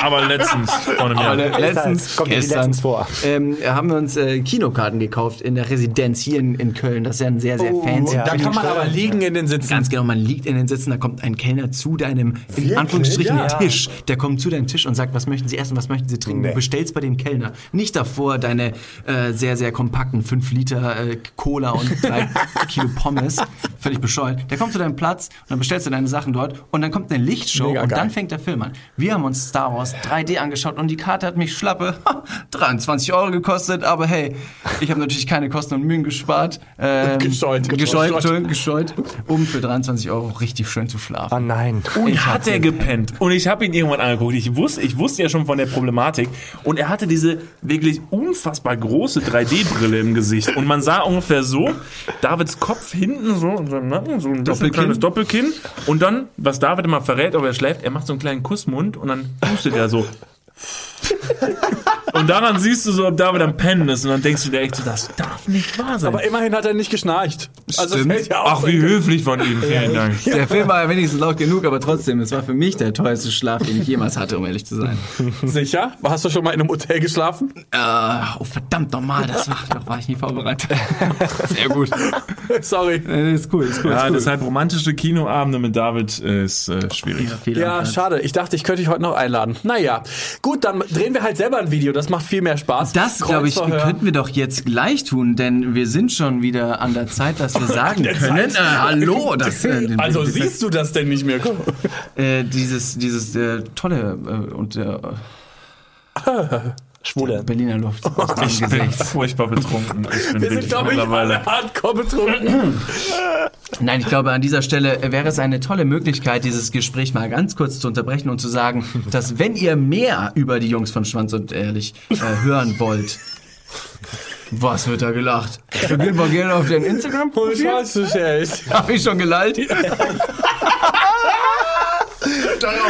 Speaker 1: aber letztens vor einem Jahr.
Speaker 2: Aber le- letztens,
Speaker 4: halt, Kommt mir die
Speaker 2: gestern,
Speaker 4: letztens vor.
Speaker 2: Ähm, haben wir uns äh, Kinokarten gekauft in der Residenz hier in, in Köln. Das ist ja ein sehr,
Speaker 4: Oh,
Speaker 2: sehr fancy.
Speaker 3: Da kann man aber liegen in den Sitzen.
Speaker 2: Ganz genau, man liegt in den Sitzen, da kommt ein Kellner zu deinem, in Anführungsstrichen, Tisch. Der kommt zu deinem Tisch und sagt, was möchten Sie essen, was möchten Sie trinken. Du bestellst bei dem Kellner. Nicht davor deine äh, sehr, sehr kompakten 5 Liter äh, Cola und 3 Kilo Pommes. Völlig bescheuert. Der kommt zu deinem Platz und dann bestellst du deine Sachen dort und dann kommt eine Lichtshow und dann fängt der Film an. Wir haben uns Star Wars 3D angeschaut und die Karte hat mich schlappe 23 Euro gekostet, aber hey, ich habe natürlich keine Kosten und Mühen gespart. Ähm,
Speaker 3: Gescheut.
Speaker 2: gescheut, Entschuldigung, gescheut, um für 23 Euro richtig schön zu
Speaker 4: Ah
Speaker 2: schlafen.
Speaker 4: nein.
Speaker 1: Und hat er gepennt. Und ich habe ihn irgendwann angeguckt. Ich wusste, ich wusste ja schon von der Problematik. Und er hatte diese wirklich unfassbar große 3D-Brille im Gesicht. Und man sah ungefähr so Davids Kopf hinten so in seinem Nacken, so ein bisschen kleines Doppelkinn. Und dann, was David immer verrät, ob er schläft, er macht so einen kleinen Kussmund und dann pustet er so. Und daran siehst du so, ob David am Pennen ist. Und dann denkst du dir echt so, das darf nicht wahr sein.
Speaker 3: Aber immerhin hat er nicht geschnarcht. Also
Speaker 2: Stimmt.
Speaker 3: fällt ja auch.
Speaker 1: Ach, wie höflich von ihm. Vielen Dank.
Speaker 2: Der Film war ja wenigstens laut genug, aber trotzdem, es war für mich der teuerste Schlaf, den ich jemals hatte, um ehrlich zu sein.
Speaker 3: Sicher? Hast du schon mal in einem Hotel geschlafen?
Speaker 2: Äh, oh, verdammt normal, das war, doch war ich nie vorbereitet. Sehr gut.
Speaker 3: Sorry.
Speaker 2: Äh, ist cool, ist cool.
Speaker 1: Ja,
Speaker 2: ist cool.
Speaker 1: deshalb romantische Kinoabende mit David äh, ist äh, schwierig.
Speaker 2: Fehler am
Speaker 3: Ja,
Speaker 2: Platz.
Speaker 3: schade. Ich dachte, ich könnte dich heute noch einladen. Naja, gut, dann drehen wir halt selber ein Video. Das macht viel mehr Spaß.
Speaker 2: Das, glaube ich,
Speaker 3: Kreuzverhör.
Speaker 2: könnten wir doch jetzt gleich tun, denn wir sind schon wieder an der Zeit, dass wir sagen können, äh, hallo, das, äh, den-
Speaker 3: Also
Speaker 2: den-
Speaker 3: siehst du das denn nicht mehr?
Speaker 2: äh, dieses, dieses äh, tolle äh, und äh,
Speaker 4: Schwule.
Speaker 2: Berliner Luft. aus dem
Speaker 1: Ich bin
Speaker 2: Gesicht.
Speaker 1: furchtbar betrunken. Ich bin
Speaker 3: Wir sind,
Speaker 1: wirklich
Speaker 3: glaube ich,
Speaker 1: mittlerweile.
Speaker 3: alle hardcore betrunken.
Speaker 2: Nein, ich glaube, an dieser Stelle wäre es eine tolle Möglichkeit, dieses Gespräch mal ganz kurz zu unterbrechen und zu sagen, dass wenn ihr mehr über die Jungs von Schwanz und Ehrlich äh, hören wollt, was wird da gelacht? Wir gehen mal gerne auf den Instagram-Profil. Hab ich schon gelallt?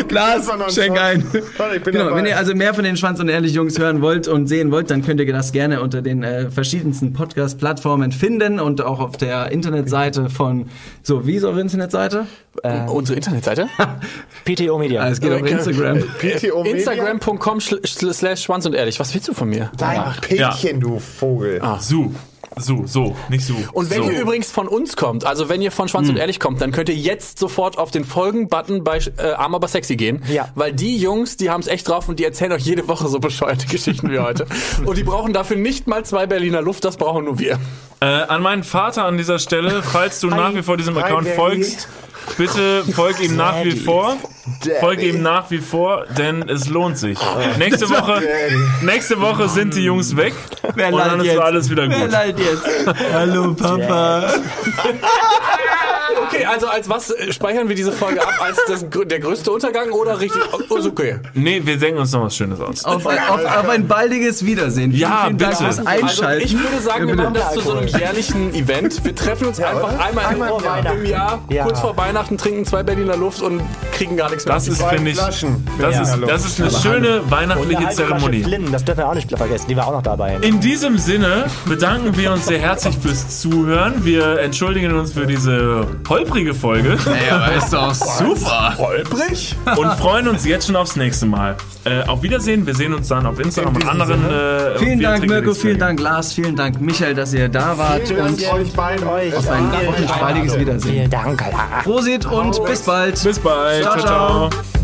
Speaker 2: Glas, schenk ein.
Speaker 5: Warte, ich bin
Speaker 2: Genau,
Speaker 5: dabei.
Speaker 2: wenn ihr also mehr von den Schwanz und Ehrlich Jungs hören wollt und sehen wollt, dann könnt ihr das gerne unter den äh, verschiedensten Podcast-Plattformen finden und auch auf der Internetseite von, so, wie ist eure Internetseite?
Speaker 3: Unsere Internetseite?
Speaker 4: PTO Media.
Speaker 2: Ah, es geht auf Instagram.
Speaker 5: PTO Media?
Speaker 3: Instagram.com schl- schl- slash schwanz und ehrlich. Was willst du von mir?
Speaker 5: Dein Pälchen, du Vogel.
Speaker 1: So, so, so, nicht so.
Speaker 3: Und wenn
Speaker 1: so. Hm.
Speaker 3: ihr übrigens von uns kommt, also wenn ihr von Schwanz und Ehrlich kommt, dann könnt ihr jetzt sofort auf den Folgen-Button bei äh, Arm aber sexy gehen.
Speaker 4: Ja.
Speaker 3: Weil die Jungs, die haben es echt drauf und die erzählen euch jede Woche so bescheuerte Geschichten wie heute. Und die brauchen dafür nicht mal zwei Berliner Luft, das brauchen nur wir.
Speaker 1: äh, an meinen Vater an dieser Stelle, falls du nach wie vor diesem
Speaker 5: hi,
Speaker 1: Account
Speaker 5: Daddy.
Speaker 1: folgst, bitte folg ihm nach wie vor.
Speaker 5: Daddy.
Speaker 1: Folg ihm nach wie vor, denn es lohnt sich. Nächste Woche, nächste Woche sind die Jungs weg
Speaker 2: Wer
Speaker 1: und dann
Speaker 2: lallt
Speaker 1: ist
Speaker 2: jetzt?
Speaker 1: alles wieder
Speaker 2: Wer
Speaker 1: gut.
Speaker 2: lallt jetzt? Hallo Papa.
Speaker 3: Okay, also als was äh, speichern wir diese Folge ab? Als das, gr- der größte Untergang oder richtig? Oh, ist okay.
Speaker 1: Nee, wir denken uns noch was Schönes aus.
Speaker 2: Auf, ein- auf, auf ein baldiges Wiedersehen.
Speaker 1: Ja,
Speaker 2: vielen, vielen Dank
Speaker 1: bitte.
Speaker 2: fürs Einschalten.
Speaker 3: Also ich würde sagen,
Speaker 2: Ja,
Speaker 3: wir
Speaker 2: bitte.
Speaker 3: machen das zu so einem jährlichen Event. Wir treffen uns einfach einmal, im, Jahr, im Jahr,
Speaker 4: Ja.
Speaker 3: kurz vor Weihnachten, trinken zwei Berliner Luft und kriegen gar nichts mehr.
Speaker 1: Das ist,
Speaker 5: Zwei
Speaker 1: finde ich, das
Speaker 5: Flaschen.
Speaker 1: ist, das ist eine schöne weihnachtliche Zeremonie.
Speaker 4: Flynn, das dürfen wir auch nicht vergessen. Die war auch noch dabei.
Speaker 1: In diesem Sinne bedanken wir uns sehr herzlich fürs Zuhören. Wir entschuldigen uns für diese holprige Folge
Speaker 2: Ey, aber ist doch super.
Speaker 1: und freuen uns jetzt schon aufs nächste Mal. Äh, auf Wiedersehen. Wir sehen uns dann auf Instagram und anderen. Äh,
Speaker 2: Vielen Dank, Mirko, vielen
Speaker 1: Dank.
Speaker 2: Dank, Lars, vielen Dank, Michael, dass ihr da wart.
Speaker 5: Vielen Dank euch beiden.
Speaker 2: Auf ein, auf ein baldiges Wiedersehen.
Speaker 4: Vielen Dank, Alter.
Speaker 2: Prosit und bis bald.
Speaker 1: Bis bald.
Speaker 2: Ciao,
Speaker 1: ciao. ciao.
Speaker 2: ciao.